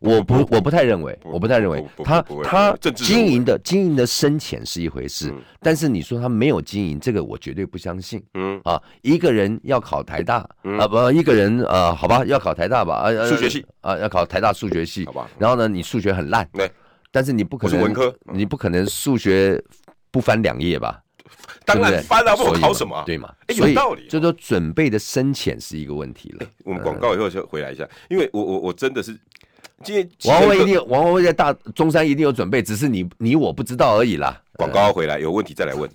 [SPEAKER 2] 我不，我不太认为，
[SPEAKER 1] 不
[SPEAKER 2] 我不太认为
[SPEAKER 1] 不不不
[SPEAKER 2] 他
[SPEAKER 1] 不会
[SPEAKER 2] 他
[SPEAKER 1] 政治人
[SPEAKER 2] 经
[SPEAKER 1] 物
[SPEAKER 2] 营的经营的深浅是一回事
[SPEAKER 1] 嗯，
[SPEAKER 2] 但是你说他没有经营，这个我绝对不相信。
[SPEAKER 1] 嗯，
[SPEAKER 2] 啊，一个人要考台大啊、
[SPEAKER 1] 嗯
[SPEAKER 2] 不，一个人呃，好吧，要考台大吧，啊、呃
[SPEAKER 1] 数学系
[SPEAKER 2] 啊，要考台大数学系，
[SPEAKER 1] 好吧
[SPEAKER 2] 然后呢，你数学很烂，
[SPEAKER 1] 对，
[SPEAKER 2] 但是你不可
[SPEAKER 1] 我是
[SPEAKER 2] 能
[SPEAKER 1] 文科
[SPEAKER 2] 你不可能数学不翻两页吧？
[SPEAKER 1] 当
[SPEAKER 2] 对
[SPEAKER 1] 然
[SPEAKER 2] 不对
[SPEAKER 1] 翻了，不然
[SPEAKER 2] 所
[SPEAKER 1] 我
[SPEAKER 2] 以嘛
[SPEAKER 1] 考什么啊？
[SPEAKER 2] 对嘛？
[SPEAKER 1] 哎有
[SPEAKER 2] 所以
[SPEAKER 1] 道理
[SPEAKER 2] 就说准备的深浅是一个问题了。
[SPEAKER 1] 哎我们广告以后就回来一下，因为我我我真的是今天
[SPEAKER 2] 王文一定有，王文在大中山一定有准备，只是你你我不知道而已啦。
[SPEAKER 1] 广告回来，有问题再来问。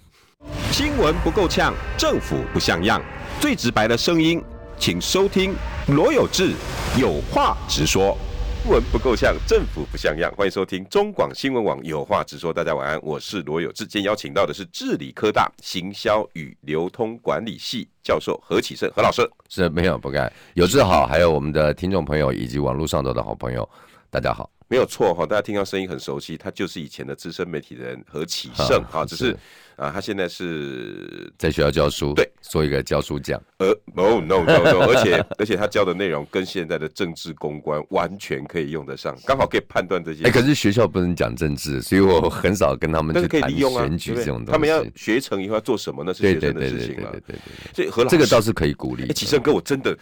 [SPEAKER 1] 新闻不够呛，政府不像样，最直白的声音，请收听罗有志有话直说。新闻不够呛，政府不像样。欢迎收听中广新闻网有话直说。大家晚安，我是罗有志。今天邀请到的是治理科大行销与流通管理系教授何启胜何老师。
[SPEAKER 2] 是没有不该有志好，还有我们的听众朋友以及网络上头的好朋友，大家好。
[SPEAKER 1] 没有错哈，大家听到声音很熟悉，他就是以前的资深媒体人何启胜哈，只是
[SPEAKER 2] 是
[SPEAKER 1] 啊，他现在是
[SPEAKER 2] 在学校教书，
[SPEAKER 1] 对，
[SPEAKER 2] 做一个教书匠，
[SPEAKER 1] 呃，no no no no，而且而且他教的内容跟现在的政治公关完全可以用得上，刚好可以判断这些
[SPEAKER 2] 哎、，可是学校不能讲政治，所以我很少跟他们
[SPEAKER 1] 但是
[SPEAKER 2] 去
[SPEAKER 1] 可以
[SPEAKER 2] 谈
[SPEAKER 1] 利用啊，
[SPEAKER 2] 选举
[SPEAKER 1] 对不
[SPEAKER 2] 这
[SPEAKER 1] 对
[SPEAKER 2] 种东西。
[SPEAKER 1] 他们要学成以后要做什么，那是
[SPEAKER 2] 对
[SPEAKER 1] 学
[SPEAKER 2] 对
[SPEAKER 1] 生的
[SPEAKER 2] 对对
[SPEAKER 1] 事
[SPEAKER 2] 对
[SPEAKER 1] 情
[SPEAKER 2] 对
[SPEAKER 1] 了
[SPEAKER 2] 对。对，
[SPEAKER 1] 所以何老师，
[SPEAKER 2] 这个倒是可嗯以鼓励
[SPEAKER 1] 哎，。启胜哥，我真的，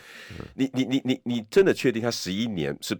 [SPEAKER 1] 你你你你你真的确定他十一年是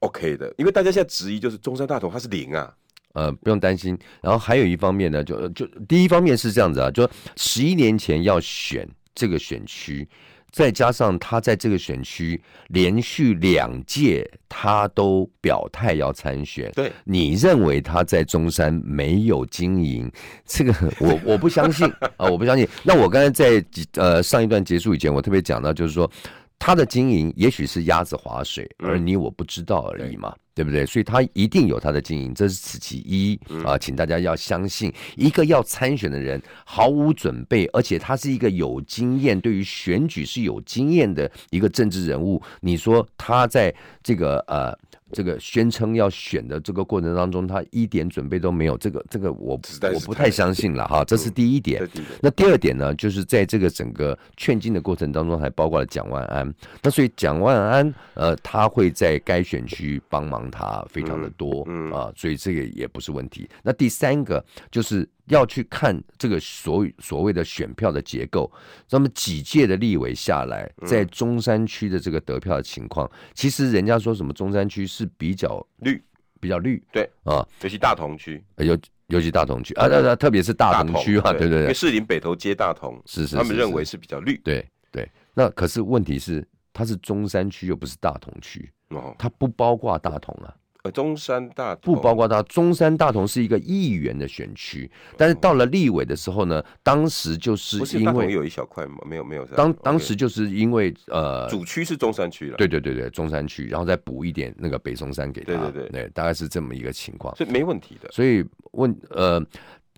[SPEAKER 1] OK 的？因为大家现在质疑就是中山大同他是零啊，
[SPEAKER 2] 呃，不用担心。然后还有一方面呢，就就第一方面是这样子啊，就十一年前要选这个选区，再加上他在这个选区连续两届他都表态要参选，
[SPEAKER 1] 对
[SPEAKER 2] 你认为他在中山没有经营，这个我我不相信啊、我不相信。那我刚才在几呃上一段结束以前，我特别讲到，就是说他的经营也许是鸭子划水，而你我不知道而已嘛。对不对？所以他一定有他的经营，这是此其一啊、请大家要相信，一个要参选的人毫无准备，而且他是一个有经验，对于选举是有经验的一个政治人物。你说他在这个呃这个宣称要选的这个过程当中，他一点准备都没有，这个这个我
[SPEAKER 1] 实在是
[SPEAKER 2] 我不
[SPEAKER 1] 太嗯
[SPEAKER 2] 太相信了哈，这是第一点。
[SPEAKER 1] 这第一个
[SPEAKER 2] 那第二点呢，就是在这个整个劝进的过程当中，还包括了蒋万安。那所以蒋万安，呃，他会在该选区帮忙他非常的多啊、所以这个也不是问题。那第三个就是要去看这个所所谓的选票的结构。那么几届的立委下来，在中山区的这个得票的情况，其实人家说什么中山区是比较
[SPEAKER 1] 绿，
[SPEAKER 2] 比较绿
[SPEAKER 1] 对，
[SPEAKER 2] 啊，
[SPEAKER 1] 尤其大同区，
[SPEAKER 2] 尤尤其大同区啊，那那特别是大同区啊，对对
[SPEAKER 1] 因为
[SPEAKER 2] 对，
[SPEAKER 1] 士林北投接大同，
[SPEAKER 2] 是是
[SPEAKER 1] 他们
[SPEAKER 2] 是
[SPEAKER 1] 认
[SPEAKER 2] 是
[SPEAKER 1] 为是比较绿
[SPEAKER 2] 对对，那可是问题是，它是中山区又不是大同区，
[SPEAKER 1] 哦，
[SPEAKER 2] 它不包括大同啊，
[SPEAKER 1] 呃，中山大同
[SPEAKER 2] 不包括
[SPEAKER 1] 哦
[SPEAKER 2] 大中山大同是一个议员的选区，但是到了立委的时候呢，当时就是
[SPEAKER 1] 不是
[SPEAKER 2] 因
[SPEAKER 1] 大同
[SPEAKER 2] 为
[SPEAKER 1] 有一小块吗？没有没有，
[SPEAKER 2] 当
[SPEAKER 1] OK
[SPEAKER 2] 当时就是因为呃。
[SPEAKER 1] 主区是中山区了，
[SPEAKER 2] 对对对对，中山区，然后再补一点那个北松山给他，
[SPEAKER 1] 对对对
[SPEAKER 2] 大概是这么一个情况。
[SPEAKER 1] 所以没问题的。
[SPEAKER 2] 所以问呃，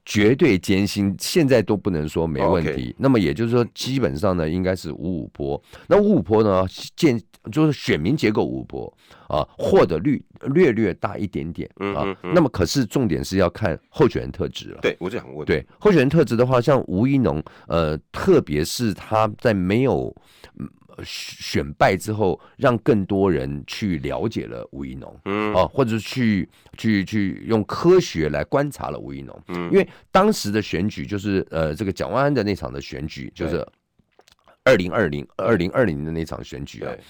[SPEAKER 2] 绝对艰辛，现在都不能说没问题。
[SPEAKER 1] 哦，OK
[SPEAKER 2] 那么也就是说，基本上呢，应该是五五波。那五五波呢，见就是选民结构五五波啊，获得率略略大一点点啊。
[SPEAKER 1] 嗯
[SPEAKER 2] 那么可是重点是要看候选人特质了。
[SPEAKER 1] 对我就想问，，
[SPEAKER 2] 对候选人特质的话，像吴一农，呃，特别是他在没有嗯选选败之后，让更多人去了解了吴一农，
[SPEAKER 1] 嗯，
[SPEAKER 2] 啊，或者是去去去用科学来观察了吴一农，
[SPEAKER 1] 嗯
[SPEAKER 2] 因为当时的选举就是呃，这个蒋万安的那场的选举，就是二零二零二零二零的那场选举啊
[SPEAKER 1] 对，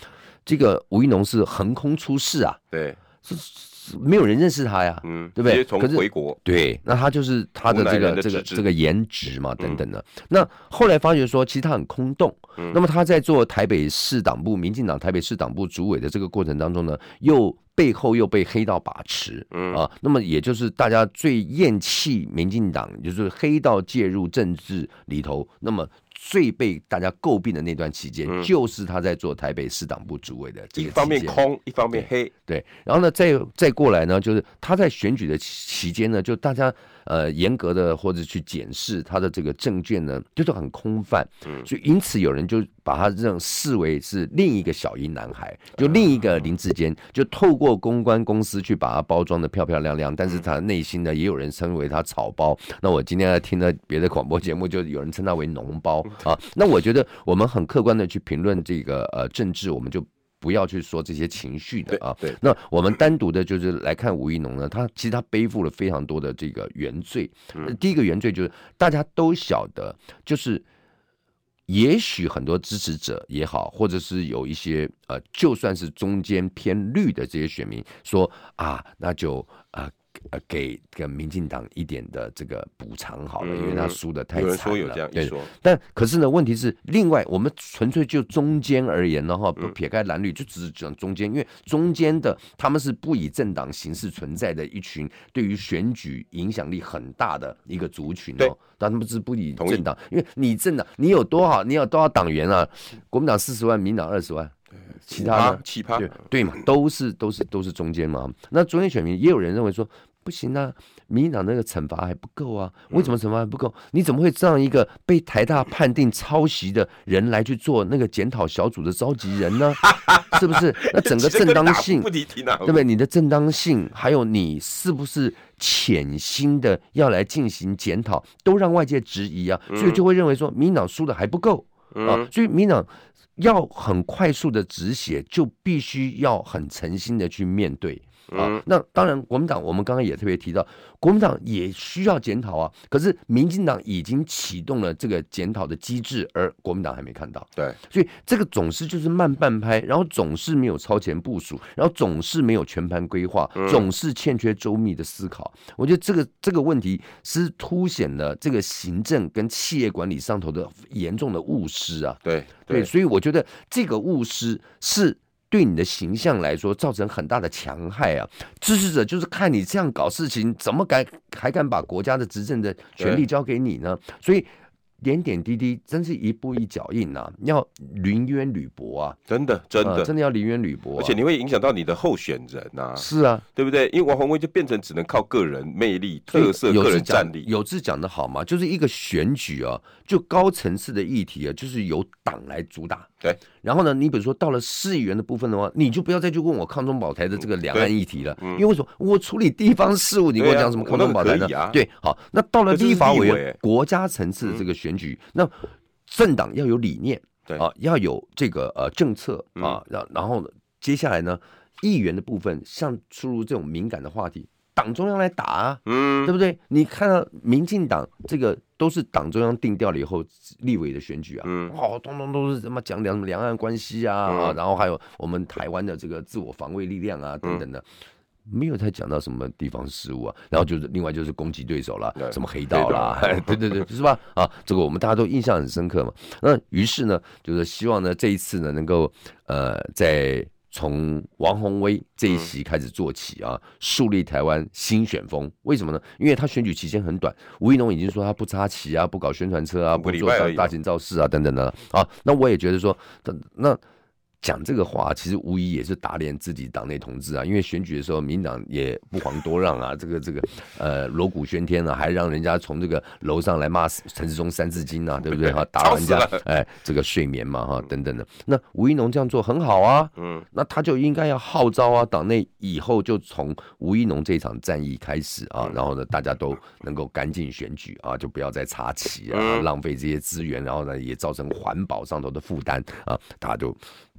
[SPEAKER 2] 这个吴一农是横空出世啊，
[SPEAKER 1] 对，
[SPEAKER 2] 是是没有人认识他呀，
[SPEAKER 1] 嗯，
[SPEAKER 2] 对不对
[SPEAKER 1] 直接从
[SPEAKER 2] 可是
[SPEAKER 1] 回国，
[SPEAKER 2] 对，那他就是他的
[SPEAKER 1] 湖南
[SPEAKER 2] 这
[SPEAKER 1] 人的嗯
[SPEAKER 2] 个这个
[SPEAKER 1] 资质
[SPEAKER 2] 这个颜值嘛，等等的。那后来发觉说，其实他很空洞。
[SPEAKER 1] 嗯
[SPEAKER 2] 那么他在做台北市党部、民进党台北市党部主委的这个过程当中呢，又背后又被黑道把持。
[SPEAKER 1] 嗯
[SPEAKER 2] 啊，那么也就是大家最厌弃民进党，也就是黑道介入政治里头，那么最被大家诟病的那段期间，就是他在做台北市党部主委的
[SPEAKER 1] 嗯
[SPEAKER 2] 这
[SPEAKER 1] 一
[SPEAKER 2] 个
[SPEAKER 1] 方面
[SPEAKER 2] 期间
[SPEAKER 1] 空，一方面黑，
[SPEAKER 2] 对，然后呢，再再过来呢，就是他在选举的期期间呢，就大家呃严格的或者去检视他的这个证券呢，就是很空泛，所以因此有人就把他这样视为是另一个小英男孩，就另一个林志坚，就透过公关公司去把他包装的漂漂亮亮，但是他内心呢，也有人称为他草包。那我今天听了别的广播节目，就有人称他为脓包啊。那我觉得我们很客观的去评论这个呃政治，我们就。不要去说这些情绪的
[SPEAKER 1] 对
[SPEAKER 2] 啊，
[SPEAKER 1] 对，
[SPEAKER 2] 那我们单独的就是来看吴一农呢，他其实他背负了非常多的这个原罪。呃
[SPEAKER 1] 嗯
[SPEAKER 2] 第一个原罪就是大家都晓得，就是也许很多支持者也好，或者是有一些呃，就算是中间偏绿的这些选民说啊，那就啊。呃，给给民进党一点的这个补偿好了，因为他
[SPEAKER 1] 嗯
[SPEAKER 2] 输的太
[SPEAKER 1] 有人
[SPEAKER 2] 惨
[SPEAKER 1] 说
[SPEAKER 2] 了。
[SPEAKER 1] 有这样
[SPEAKER 2] 对
[SPEAKER 1] 一说，
[SPEAKER 2] 但可是呢，问题是，另外我们纯粹就中间而言的话，不撇开蓝绿，就只是讲中间，因为中间的他们是不以政党形式存在的一群对于选举影响力很大的一个族群
[SPEAKER 1] 对
[SPEAKER 2] 哦，但他们是不以
[SPEAKER 1] 同意
[SPEAKER 2] 政党，因为你政党你有多少，你有多少党员啊？国民党四十万，民党二十万，其他呢？
[SPEAKER 1] 奇葩
[SPEAKER 2] 对，对嘛，都是都是都是中间嘛。那中间选民也有人认为说，不行啊，民进党那个惩罚还不够啊，为什么惩罚还不够？你怎么会让一个被台大判定抄袭的人来去做那个检讨小组的召集人呢？是不是？那整个正当性
[SPEAKER 1] 不提提哪，
[SPEAKER 2] 对不对？你的正当性，还有你是不是潜心的要来进行检讨，都让外界质疑啊，所以就会认为说民进党输的还不够啊，所以民进党要很快速的止血，就必须要很诚心的去面对。啊，那当然，国民党我们刚刚也特别提到，国民党也需要检讨啊。可是民进党已经启动了这个检讨的机制，而国民党还没看到。
[SPEAKER 1] 对，
[SPEAKER 2] 所以这个总是就是慢半拍，然后总是没有超前部署，然后总是没有全盘规划，总是欠缺周密的思考。我觉得这个这个问题是凸显了这个行政跟企业管理上头的严重的误失啊。
[SPEAKER 1] 对
[SPEAKER 2] 对，，所以我觉得这个误失是。对你的形象来说，造成很大的强害啊！支持者就是看你这样搞事情，怎么敢还敢把国家的执政的权
[SPEAKER 1] 对
[SPEAKER 2] 力交给你呢？所以点点滴滴真是一步一脚印啊，要临渊履薄啊，
[SPEAKER 1] 真的真
[SPEAKER 2] 呃
[SPEAKER 1] 的
[SPEAKER 2] 真，的要临渊履薄、啊。
[SPEAKER 1] 而且你会影响到你的候选人呐，
[SPEAKER 2] 是啊，
[SPEAKER 1] 对不对？因为王宏威就变成只能靠个人魅力、
[SPEAKER 2] 所以
[SPEAKER 1] 特色、
[SPEAKER 2] 有
[SPEAKER 1] 个
[SPEAKER 2] 志
[SPEAKER 1] 人
[SPEAKER 2] 讲
[SPEAKER 1] 战力，
[SPEAKER 2] 有志讲的好嘛，就是一个选举啊，就高层次的议题啊，就是由党来主打。
[SPEAKER 1] 对，
[SPEAKER 2] 然后呢，你比如说到了市议员的部分的话，你就不要再去问我抗中保台的这个两岸
[SPEAKER 1] 对嗯
[SPEAKER 2] 议题了，因为为什么我处理地方事务，你跟我
[SPEAKER 1] 对啊
[SPEAKER 2] 讲什么
[SPEAKER 1] 我
[SPEAKER 2] 抗
[SPEAKER 1] 那
[SPEAKER 2] 中
[SPEAKER 1] 个
[SPEAKER 2] 保台
[SPEAKER 1] 可
[SPEAKER 2] 呢
[SPEAKER 1] 以？啊
[SPEAKER 2] 对，好，那到了
[SPEAKER 1] 可是
[SPEAKER 2] 立法
[SPEAKER 1] 立委
[SPEAKER 2] 委
[SPEAKER 1] 欸嗯
[SPEAKER 2] 员国家层次的这个选举，那政党要有理念，
[SPEAKER 1] 对嗯
[SPEAKER 2] 啊，要有这个呃政策啊，然然后呢，接下来呢，议员的部分像出入这种敏感的话题，党中央来打啊，
[SPEAKER 1] 嗯
[SPEAKER 2] 对，不对？你看到民进党这个都是党中央定调了以后立委的选举啊，
[SPEAKER 1] 嗯
[SPEAKER 2] 哦，通通都是什么讲两两岸关系啊，
[SPEAKER 1] 嗯
[SPEAKER 2] 啊然后还有我们台湾的这个自我防卫力量啊等等
[SPEAKER 1] 嗯
[SPEAKER 2] 的。没有太讲到什么地方事务啊，然后就是另外就是攻击对手啦
[SPEAKER 1] 对，
[SPEAKER 2] 什么黑道啦，对对对，是吧？啊，这个我们大家都印象很深刻嘛。那于是呢，就是希望呢这一次呢能够呃在从王宏威这
[SPEAKER 1] 嗯
[SPEAKER 2] 一席开始做起啊，树立台湾新选风。为什么呢？因为他选举期间很短，吴一农已经说他不插旗啊，不搞宣传车啊，
[SPEAKER 1] 五个
[SPEAKER 2] 不
[SPEAKER 1] 礼
[SPEAKER 2] 做
[SPEAKER 1] 拜
[SPEAKER 2] 大
[SPEAKER 1] 而已
[SPEAKER 2] 大型造势啊，等等的啊。那我也觉得说，那讲这个话，其实无疑也是打脸自己党内同志啊，因为选举的时候，民党也不遑多让啊，这个这个呃锣鼓喧天啊，还让人家从这个楼上来骂陈世忠三字经啊，对不对哈？打
[SPEAKER 1] 吵
[SPEAKER 2] 完
[SPEAKER 1] 死
[SPEAKER 2] 架
[SPEAKER 1] 了
[SPEAKER 2] 哎，这个睡眠嘛哈，等等的。那吴一农这样做很好啊，
[SPEAKER 1] 嗯，
[SPEAKER 2] 那他就应该要号召啊，党内以后就从吴一农这场战役开始
[SPEAKER 1] 嗯
[SPEAKER 2] 啊，然后呢，大家都能够干净选举啊，就不要再插旗
[SPEAKER 1] 嗯
[SPEAKER 2] 啊，浪费这些资源，然后呢，也造成环保上头的负担啊，大家就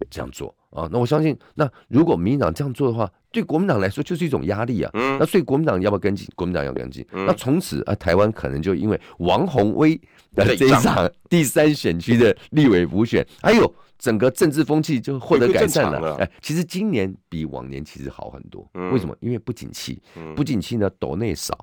[SPEAKER 2] 这样做啊。那我相信，那如果民进党这样做的话，对国民党来说就是一种压力啊。
[SPEAKER 1] 嗯
[SPEAKER 2] 那所以国民党要不要跟进？国民党要跟进。
[SPEAKER 1] 嗯
[SPEAKER 2] 那从此啊，台湾可能就因为王宏威的
[SPEAKER 1] 对
[SPEAKER 2] 这一
[SPEAKER 1] 仗
[SPEAKER 2] 场 第三选区的立委补选，哎呦，整个政治风气就获
[SPEAKER 1] 恢
[SPEAKER 2] 得
[SPEAKER 1] 复
[SPEAKER 2] 改
[SPEAKER 1] 正
[SPEAKER 2] 善
[SPEAKER 1] 常了
[SPEAKER 2] 了。哎，其实今年比往年其实好很多。
[SPEAKER 1] 嗯
[SPEAKER 2] 为什么？因为不景气。
[SPEAKER 1] 嗯
[SPEAKER 2] 不景气呢，抖内少，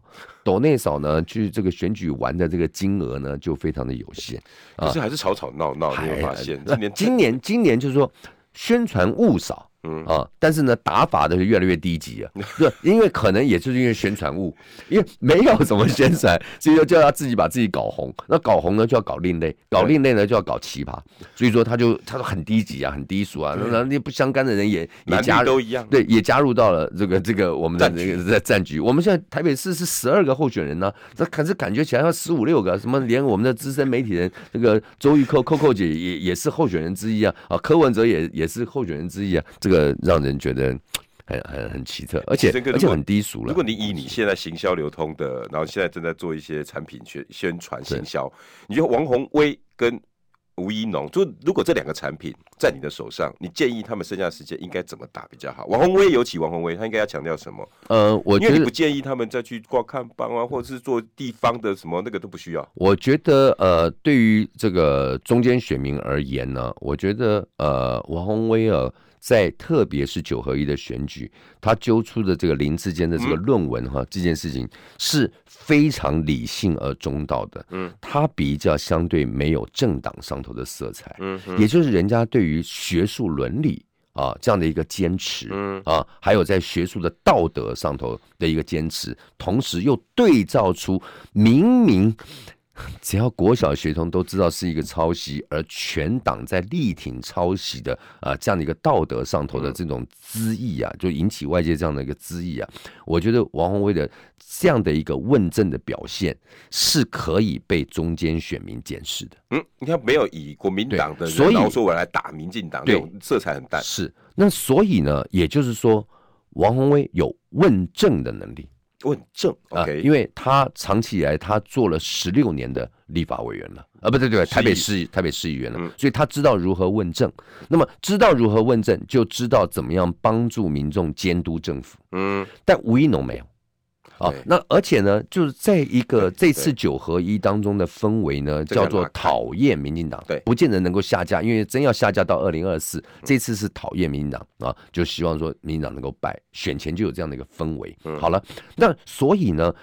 [SPEAKER 2] 抖内少呢，去这个选举玩的这个金额呢，就非常的有限。
[SPEAKER 1] 可是还是吵吵闹闹，你有没有发现今年
[SPEAKER 2] 啊哎今年今年就是说宣传物少。
[SPEAKER 1] 嗯
[SPEAKER 2] 啊，但是呢，打法的是越来越 低级啊，对，因为可能也就是因为宣传物，因为没有什么宣传，所以说就要自己把自己搞红。那搞红呢，就要搞另类，搞另类呢就要搞奇葩，所以说他就他就很低级啊，很低俗啊，然后那不相干的人也也
[SPEAKER 1] 男女
[SPEAKER 2] 加入。
[SPEAKER 1] 都一样，
[SPEAKER 2] 对，也加入到了这个这个我们的
[SPEAKER 1] 战
[SPEAKER 2] 这个在战局。我们现在台北市是十二个候选人呢、这可是感觉起来要十五六个，什么连我们的资深媒体人这个周玉蔻 Coco 姐也也是候选人之一啊，啊，柯文哲也也是候选人之一啊，这个让人觉得很很很奇特，而且
[SPEAKER 1] 这个如
[SPEAKER 2] 而且
[SPEAKER 1] 果
[SPEAKER 2] 很低俗了
[SPEAKER 1] 如果。你以你现在行销流通的，然后现在正在做一些产品宣宣传行销，你觉得王宏威跟吴一农，就如果这两个产品在你的手上，你建议他们剩下的时间应该怎么打比较好？王宏威尤其王宏威，他应该要强调什么？
[SPEAKER 2] 呃，我
[SPEAKER 1] 因
[SPEAKER 2] 觉
[SPEAKER 1] 为你
[SPEAKER 2] 得嗯
[SPEAKER 1] 不建议他们再去挂看板啊，或者是做地方的什么那个都不需要。
[SPEAKER 2] 我觉得呃，对于这个中间选民而言呢，我觉得呃，王宏威尔在特别是九合一的选举，他揪出的这个林志坚的这
[SPEAKER 1] 嗯
[SPEAKER 2] 个论文哈，这件事情是非常理性而中道的。
[SPEAKER 1] 嗯，
[SPEAKER 2] 他比较相对没有政党上头的色彩，
[SPEAKER 1] 嗯
[SPEAKER 2] 也就是人家对于学术伦理啊这样的一个坚持。
[SPEAKER 1] 嗯
[SPEAKER 2] 啊，还有在学术的道德上头的一个坚持，同时又对照出明明只要国小学童都知道是一个抄袭，而全党在力挺抄袭的啊、这样的一个道德上头的这种恣意啊，就引起外界这样的一个恣意啊，我觉得王宏威的这样的一个问政的表现是可以被中间选民检视的。
[SPEAKER 1] 嗯，你看没有以国民党的
[SPEAKER 2] 对
[SPEAKER 1] 人
[SPEAKER 2] 所以
[SPEAKER 1] 老说我来打民进党，这
[SPEAKER 2] 对
[SPEAKER 1] 种色彩很淡。
[SPEAKER 2] 是，那所以呢，也就是说，王宏威有问政的能力。
[SPEAKER 1] 问政
[SPEAKER 2] 啊，
[SPEAKER 1] ，OK，
[SPEAKER 2] 因
[SPEAKER 1] 为
[SPEAKER 2] 为他长期以来他做了十六年的立法委员了，啊，不对对，台北市台北市议员了，
[SPEAKER 1] 嗯
[SPEAKER 2] 所以他知道如何问政。那么知道如何问政，就知道怎么样帮助民众监督政府。
[SPEAKER 1] 嗯
[SPEAKER 2] 但吴一农没有。啊
[SPEAKER 1] 对，
[SPEAKER 2] 那而且呢，就是在一个
[SPEAKER 1] 对
[SPEAKER 2] 这次九合一当中的氛围呢，
[SPEAKER 1] 这个
[SPEAKER 2] 叫做
[SPEAKER 1] 很难看
[SPEAKER 2] 讨厌民进党，
[SPEAKER 1] 对嗯
[SPEAKER 2] 不见得能够下架，因为真要下架到二零二四，这次是讨厌民进党啊，就希望说民进党能够败，选前就有这样的一个氛围。
[SPEAKER 1] 嗯
[SPEAKER 2] 好了，那所以呢，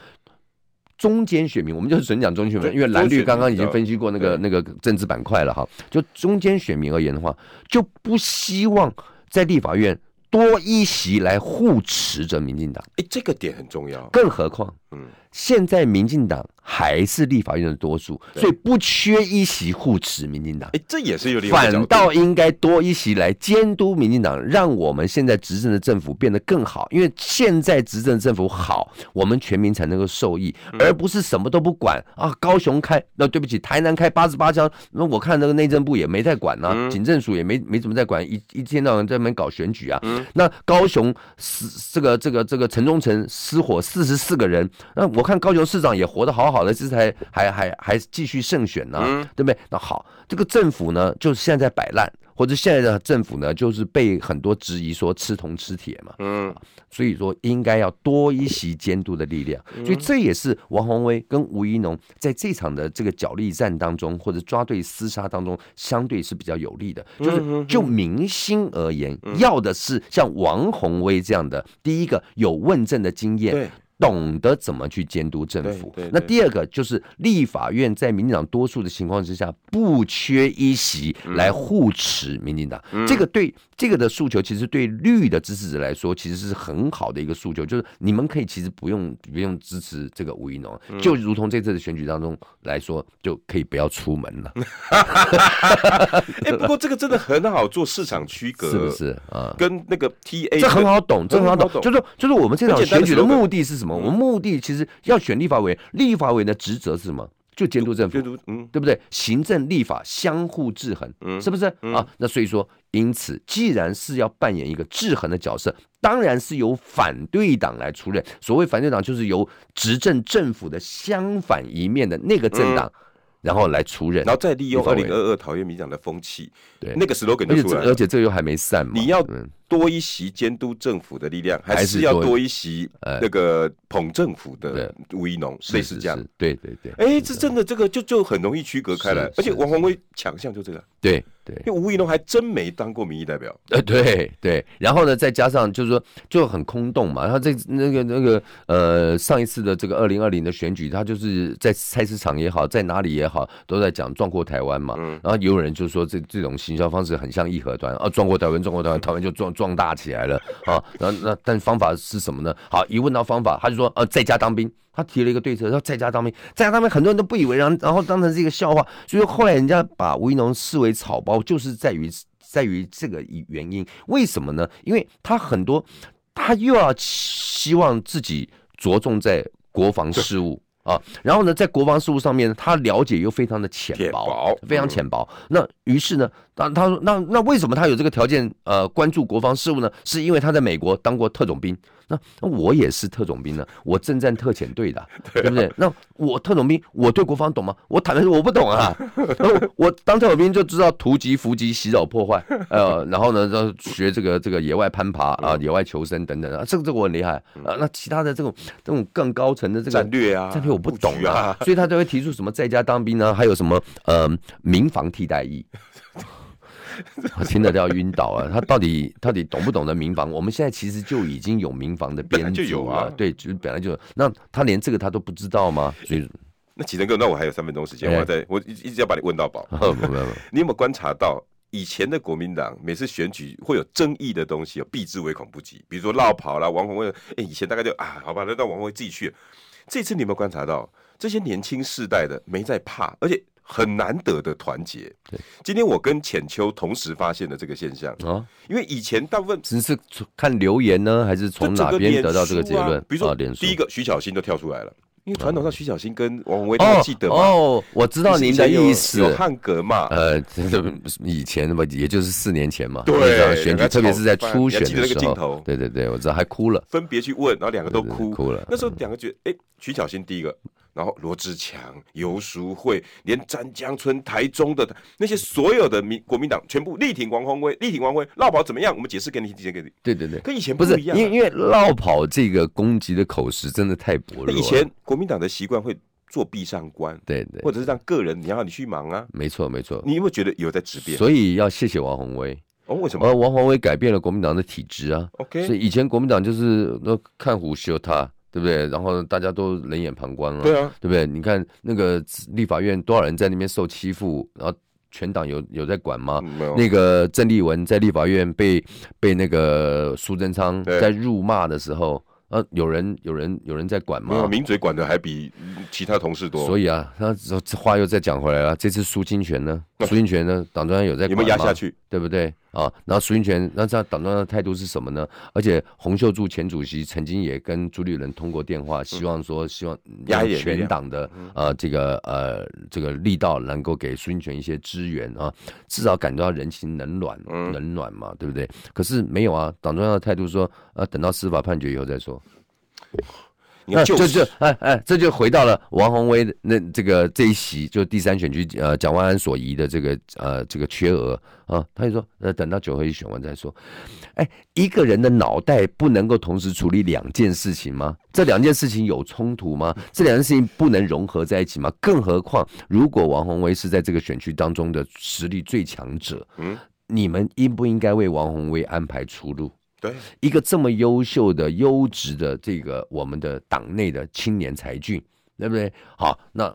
[SPEAKER 2] 中间选民，我们就纯讲中间选民，
[SPEAKER 1] 对
[SPEAKER 2] 因为蓝
[SPEAKER 1] 中间选
[SPEAKER 2] 绿
[SPEAKER 1] 民
[SPEAKER 2] 刚刚已经分析过那个
[SPEAKER 1] 对
[SPEAKER 2] 那个政治板块了哈。就中间选民而言的话，就不希望在立法院多一席来护持着民进党，
[SPEAKER 1] 哎，这个点很重要。
[SPEAKER 2] 更何况
[SPEAKER 1] 嗯，
[SPEAKER 2] 现在民进党还是立法院的多数，
[SPEAKER 1] 对
[SPEAKER 2] 所以不缺一席护持民进党。
[SPEAKER 1] 哎，这也是有另外一个角度
[SPEAKER 2] 反倒应该多一席来监督民进党，让我们现在执政的政府变得更好。因为现在执政政府好，我们全民才能够受益，
[SPEAKER 1] 嗯
[SPEAKER 2] 而不是什么都不管啊。高雄开，那对不起，台南开八十八枪，那我看那个内政部也没在管呐、
[SPEAKER 1] 嗯
[SPEAKER 2] 警政署也没没怎么在管，一一天到晚在那边搞选举啊。那高雄失这个这个这个城中城失火四十四个人，那我看高雄市长也活得好好的，这次还还还还继续胜选呢、
[SPEAKER 1] 嗯
[SPEAKER 2] 对不对？那好，这个政府呢，就是现在在摆烂，或者现在的政府呢，就是被很多质疑说吃铜吃铁嘛，
[SPEAKER 1] 嗯，
[SPEAKER 2] 所以说应该要多一席监督的力量。所以这也是王宏威跟吴怡农在这场的这个角力战当中，或者抓对厮杀当中，相对是比较有利的。就是就民心而言，要的是像王宏威这样的，第一个有问政的经验，
[SPEAKER 1] 对，
[SPEAKER 2] 懂得怎么去监督政府
[SPEAKER 1] 对对对。
[SPEAKER 2] 那第二个就是立法院在民进党多数的情况之下，不缺一席
[SPEAKER 1] 嗯
[SPEAKER 2] 来护持民进党。这个对这个的诉求，其实对绿的支持者来说，其实是很好的一个诉求，就是你们可以其实不用不用支持这个吴怡农，
[SPEAKER 1] 嗯
[SPEAKER 2] 就如同这次的选举当中来说，就可以不要出门了，
[SPEAKER 1] 哎，不过这个真的很好做市场区隔，
[SPEAKER 2] 是不？是啊？
[SPEAKER 1] 跟那个 TA
[SPEAKER 2] 这很好懂，这很好
[SPEAKER 1] 很好懂
[SPEAKER 2] 懂，就是说就是我们这场
[SPEAKER 1] 很简单
[SPEAKER 2] 选
[SPEAKER 1] 的
[SPEAKER 2] 举的
[SPEAKER 1] slogan
[SPEAKER 2] 目的是什
[SPEAKER 1] 嗯
[SPEAKER 2] 么？我们目的其实要选立法委员，立法委员的职责是什么？就监督政府
[SPEAKER 1] 阅，读，嗯，
[SPEAKER 2] 对不对？行政立法相互制衡，
[SPEAKER 1] 嗯
[SPEAKER 2] 是不是、啊？那所以说，因此，既然是要扮演一个制衡的角色，当然是由反对党来出任。所谓反对党，就是由执政政府的相反一面的那个政党然后来除忍，
[SPEAKER 1] 嗯然后再利用二
[SPEAKER 2] 立法委
[SPEAKER 1] 零
[SPEAKER 2] 员
[SPEAKER 1] 二二讨厌民进党的风气，
[SPEAKER 2] 对
[SPEAKER 1] 那个 slogan 就
[SPEAKER 2] 而且
[SPEAKER 1] 出
[SPEAKER 2] 这
[SPEAKER 1] 来
[SPEAKER 2] 而
[SPEAKER 1] 了。
[SPEAKER 2] 且这个又还没散嘛，
[SPEAKER 1] 你要
[SPEAKER 2] 嗯
[SPEAKER 1] 多一席监督政府的力量，还
[SPEAKER 2] 还
[SPEAKER 1] 是
[SPEAKER 2] 是
[SPEAKER 1] 要
[SPEAKER 2] 多
[SPEAKER 1] 多一席
[SPEAKER 2] 哎
[SPEAKER 1] 那个捧政府的吴一农，类似这样。，
[SPEAKER 2] 对对对，
[SPEAKER 1] 哎，这真的这个就就很容易区隔开来
[SPEAKER 2] 是，
[SPEAKER 1] 而且
[SPEAKER 2] 是
[SPEAKER 1] 王宏威强项就这个，
[SPEAKER 2] 对对，
[SPEAKER 1] 因为吴一农还真没当过民意代表，
[SPEAKER 2] 呃，对对，然后呢，再加上就是说就很空洞嘛。然后这那个那个呃，上一次的这个二零二零的选举，他就是在菜市场也好，在哪里也好，都在讲壮阔台湾嘛。然后有人就说这这种行销方式很像义和团啊，壮阔台湾，壮阔台湾，台湾就壮壮大起来了啊。然后那但方法是什么呢？好，一问到方法，他就说呃，在家当兵。他提了一个对策，说在家当兵，在家当兵很多人都不以为然，然后当成是一个笑话，所以后来人家把吴一农视为草包，就是在于在于这个原因。为什么呢？因为他很多，他又要希望自己着重在国防事务。啊，然后呢，在国防事务上面，他了解又非常的浅
[SPEAKER 1] 浅
[SPEAKER 2] 薄，
[SPEAKER 1] 薄嗯
[SPEAKER 2] 非常浅薄。那于是呢，当他说，那那为什么他有这个条件？呃，关注国防事务呢？是因为他在美国当过特种兵。那那我也是特种兵呢，我正战特遣队的啊， 对不对？那我特种兵，我对国防懂吗？我坦白说我不懂 啊。那我我当特种兵就知道突击、伏击、袭扰、破坏，呃，然后呢，然后学这个这个野外攀爬啊、野外求生等等啊，这个这个我很厉害啊。那其他的这种这种更高层的这个
[SPEAKER 1] 战略啊，
[SPEAKER 2] 战略我不懂
[SPEAKER 1] 布局
[SPEAKER 2] 啊
[SPEAKER 1] 啊，，
[SPEAKER 2] 所以他都会提出什么在家当兵啊，还有什么呃民防替代役。 我听得都要晕倒啊！他到底到底懂不懂得民防？我们现在其实就已经有民防的
[SPEAKER 1] 本来
[SPEAKER 2] 编
[SPEAKER 1] 就
[SPEAKER 2] 制
[SPEAKER 1] 有啊
[SPEAKER 2] 了，对，就本来就有。那他连这个他都不知道吗？所以，
[SPEAKER 1] 那启成哥，那我还有三分钟时间，
[SPEAKER 2] 哎。
[SPEAKER 1] 我再我一一直要把你问到饱
[SPEAKER 2] 不不不，
[SPEAKER 1] 你有没有观察到以前的国民党每次选举会有争议的东西，避之唯恐不及，比如说绕跑啦、王宏威，哎、以前大概就啊，好吧，那让王宏威自己去。这次你有没有观察到这些年轻世代的没在怕，而且很难得的团结？今天我跟浅秋同时发现了这个现象，
[SPEAKER 2] 啊，
[SPEAKER 1] 因为以前大部分
[SPEAKER 2] 只是从看留言呢，还是从
[SPEAKER 1] 这整
[SPEAKER 2] 哪
[SPEAKER 1] 个
[SPEAKER 2] 边
[SPEAKER 1] 脸
[SPEAKER 2] 得到这个
[SPEAKER 1] 书
[SPEAKER 2] 结
[SPEAKER 1] 啊
[SPEAKER 2] 论？
[SPEAKER 1] 比如说
[SPEAKER 2] 啊，脸书
[SPEAKER 1] 第一个徐小新都跳出来了，因为传统上徐小新跟王宏威大家
[SPEAKER 2] 哦
[SPEAKER 1] 记得嘛。
[SPEAKER 2] 哦，我知
[SPEAKER 1] 知
[SPEAKER 2] 道您的意思。
[SPEAKER 1] 有汉格嘛？
[SPEAKER 2] 呃，这个以前吧，也就是四年前嘛，
[SPEAKER 1] 对
[SPEAKER 2] 那场选
[SPEAKER 1] 两
[SPEAKER 2] 举，
[SPEAKER 1] 个
[SPEAKER 2] 特别是在
[SPEAKER 1] 吵翻
[SPEAKER 2] 初
[SPEAKER 1] 你还
[SPEAKER 2] 选
[SPEAKER 1] 记得
[SPEAKER 2] 的
[SPEAKER 1] 那个
[SPEAKER 2] 时
[SPEAKER 1] 镜
[SPEAKER 2] 候
[SPEAKER 1] 头，
[SPEAKER 2] 对对对，我知道还哭了，
[SPEAKER 1] 分别去问，然后两个都
[SPEAKER 2] 对对
[SPEAKER 1] 哭。
[SPEAKER 2] 哭了
[SPEAKER 1] 那时候两个觉得，哎、徐小新第一个，然后罗志强、游淑慧，连詹江村、台中的那些所有的民国民党全部力挺王宏威，力挺王宏威，绕跑怎么样？我们解释给你，解释给你。
[SPEAKER 2] 对对对，
[SPEAKER 1] 跟以前
[SPEAKER 2] 不
[SPEAKER 1] 不
[SPEAKER 2] 是
[SPEAKER 1] 一样、啊
[SPEAKER 2] 因为因为绕跑这个攻击的口实真的太薄
[SPEAKER 1] 那
[SPEAKER 2] 弱了，
[SPEAKER 1] 以前国民党的习惯会做壁上观，
[SPEAKER 2] 对对，
[SPEAKER 1] 或者是让个人你让你去忙啊。
[SPEAKER 2] 没错没错，
[SPEAKER 1] 你有没有觉得有在质变？
[SPEAKER 2] 所以要谢谢王宏威，
[SPEAKER 1] 哦，为什么
[SPEAKER 2] 而王宏威改变了国民党的体制啊，所
[SPEAKER 1] ？OK，
[SPEAKER 2] 以以前国民党就是那看虎嗅他，对不对？然后大家都冷眼旁观了，
[SPEAKER 1] 对啊，
[SPEAKER 2] 对不对？你看那个立法院多少人在那边受欺负，然后全党有有在管吗？
[SPEAKER 1] 嗯没有。
[SPEAKER 2] 那个郑丽文在立法院被被那个苏贞昌
[SPEAKER 1] 对
[SPEAKER 2] 在辱骂的时候，呃，有人有人有人在管
[SPEAKER 1] 没有，
[SPEAKER 2] 吗？
[SPEAKER 1] 名嘴管的还比嗯其他同事多。
[SPEAKER 2] 所
[SPEAKER 1] 以
[SPEAKER 2] 以啊，他这这话又再讲回来了。这次苏清泉呢，
[SPEAKER 1] 嗯
[SPEAKER 2] 苏清泉呢，党中央有在
[SPEAKER 1] 有
[SPEAKER 2] 管
[SPEAKER 1] 没有压
[SPEAKER 2] 吗？
[SPEAKER 1] 下去？
[SPEAKER 2] 对不对啊？然后苏清泉，那这样党中央的态度是什么呢？而且洪秀柱前主席曾经也跟朱立伦通过电
[SPEAKER 1] 嗯
[SPEAKER 2] 话，希望说希望
[SPEAKER 1] 压
[SPEAKER 2] 让
[SPEAKER 1] 一点力量嗯
[SPEAKER 2] 全党的呃这个呃这个力道能够给苏清泉一些支援啊，至少感觉到人情冷暖，
[SPEAKER 1] 嗯
[SPEAKER 2] 冷暖嘛，对不对？可是没有啊，党中央的态度说，呃，等到司法判决以后再说。
[SPEAKER 1] 你看
[SPEAKER 2] 就
[SPEAKER 1] 就是
[SPEAKER 2] 就哎哎，这就回到了王宏威的那这个这一席，就第三选区呃蒋万安所移的这个呃这个缺额啊，他就说呃等到九合一选完再说。哎，一个人的脑袋不能够同时处理两件事情
[SPEAKER 1] 嗯
[SPEAKER 2] 吗？这两件事情有冲突吗？这两件事情不能融合在一起吗？更何况如果王宏威是在这个选区当中的实力最强者，
[SPEAKER 1] 嗯，
[SPEAKER 2] 你们应不应该为王宏威安排出路？
[SPEAKER 1] 对，
[SPEAKER 2] 一个这么优秀的、优质的这个我们的党内的青年才俊，对不对？好，那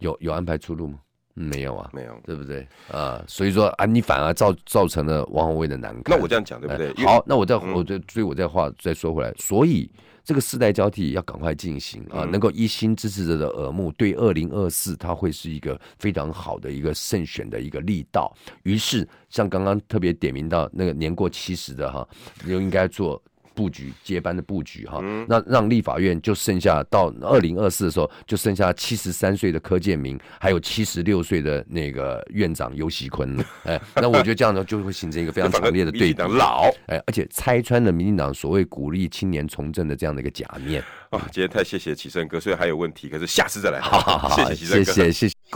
[SPEAKER 2] 有有安排出路吗？嗯没有啊，
[SPEAKER 1] 没有。
[SPEAKER 2] 对不对？啊、所以说啊，你反而造造成了王宏威的难
[SPEAKER 1] 那
[SPEAKER 2] 堪。
[SPEAKER 1] 我这样讲对不对？
[SPEAKER 2] 哎
[SPEAKER 1] 因为嗯
[SPEAKER 2] 好，那我再我再所以我再话再说回来，所以这个世代交替要赶快进行啊，
[SPEAKER 1] 嗯
[SPEAKER 2] 能够一心支持者的耳目，对二零二四它会是一个非常好的一个胜选的一个力道。于是像刚刚特别点名到那个年过七十的哈，就应该做。布局接班的布局哈，
[SPEAKER 1] 嗯
[SPEAKER 2] 那让立法院就剩下到二零二四的时候，就剩下七十三岁的柯建明，还有七十六岁的那个院长尤喜坤了。哎，那我觉得这样呢，就会形成一个非常
[SPEAKER 1] 反而
[SPEAKER 2] 强烈的
[SPEAKER 1] 民
[SPEAKER 2] 对
[SPEAKER 1] 进
[SPEAKER 2] 比
[SPEAKER 1] 党。老
[SPEAKER 2] 哎，而且拆穿了民进党所谓鼓励青年从政的这样的一个假面。
[SPEAKER 1] 哦啊！今天太谢谢启胜哥，虽然还有问题，可是下次再来。
[SPEAKER 2] 好好好，
[SPEAKER 1] 谢谢启胜
[SPEAKER 2] 谢
[SPEAKER 1] 哥。
[SPEAKER 2] 谢谢谢。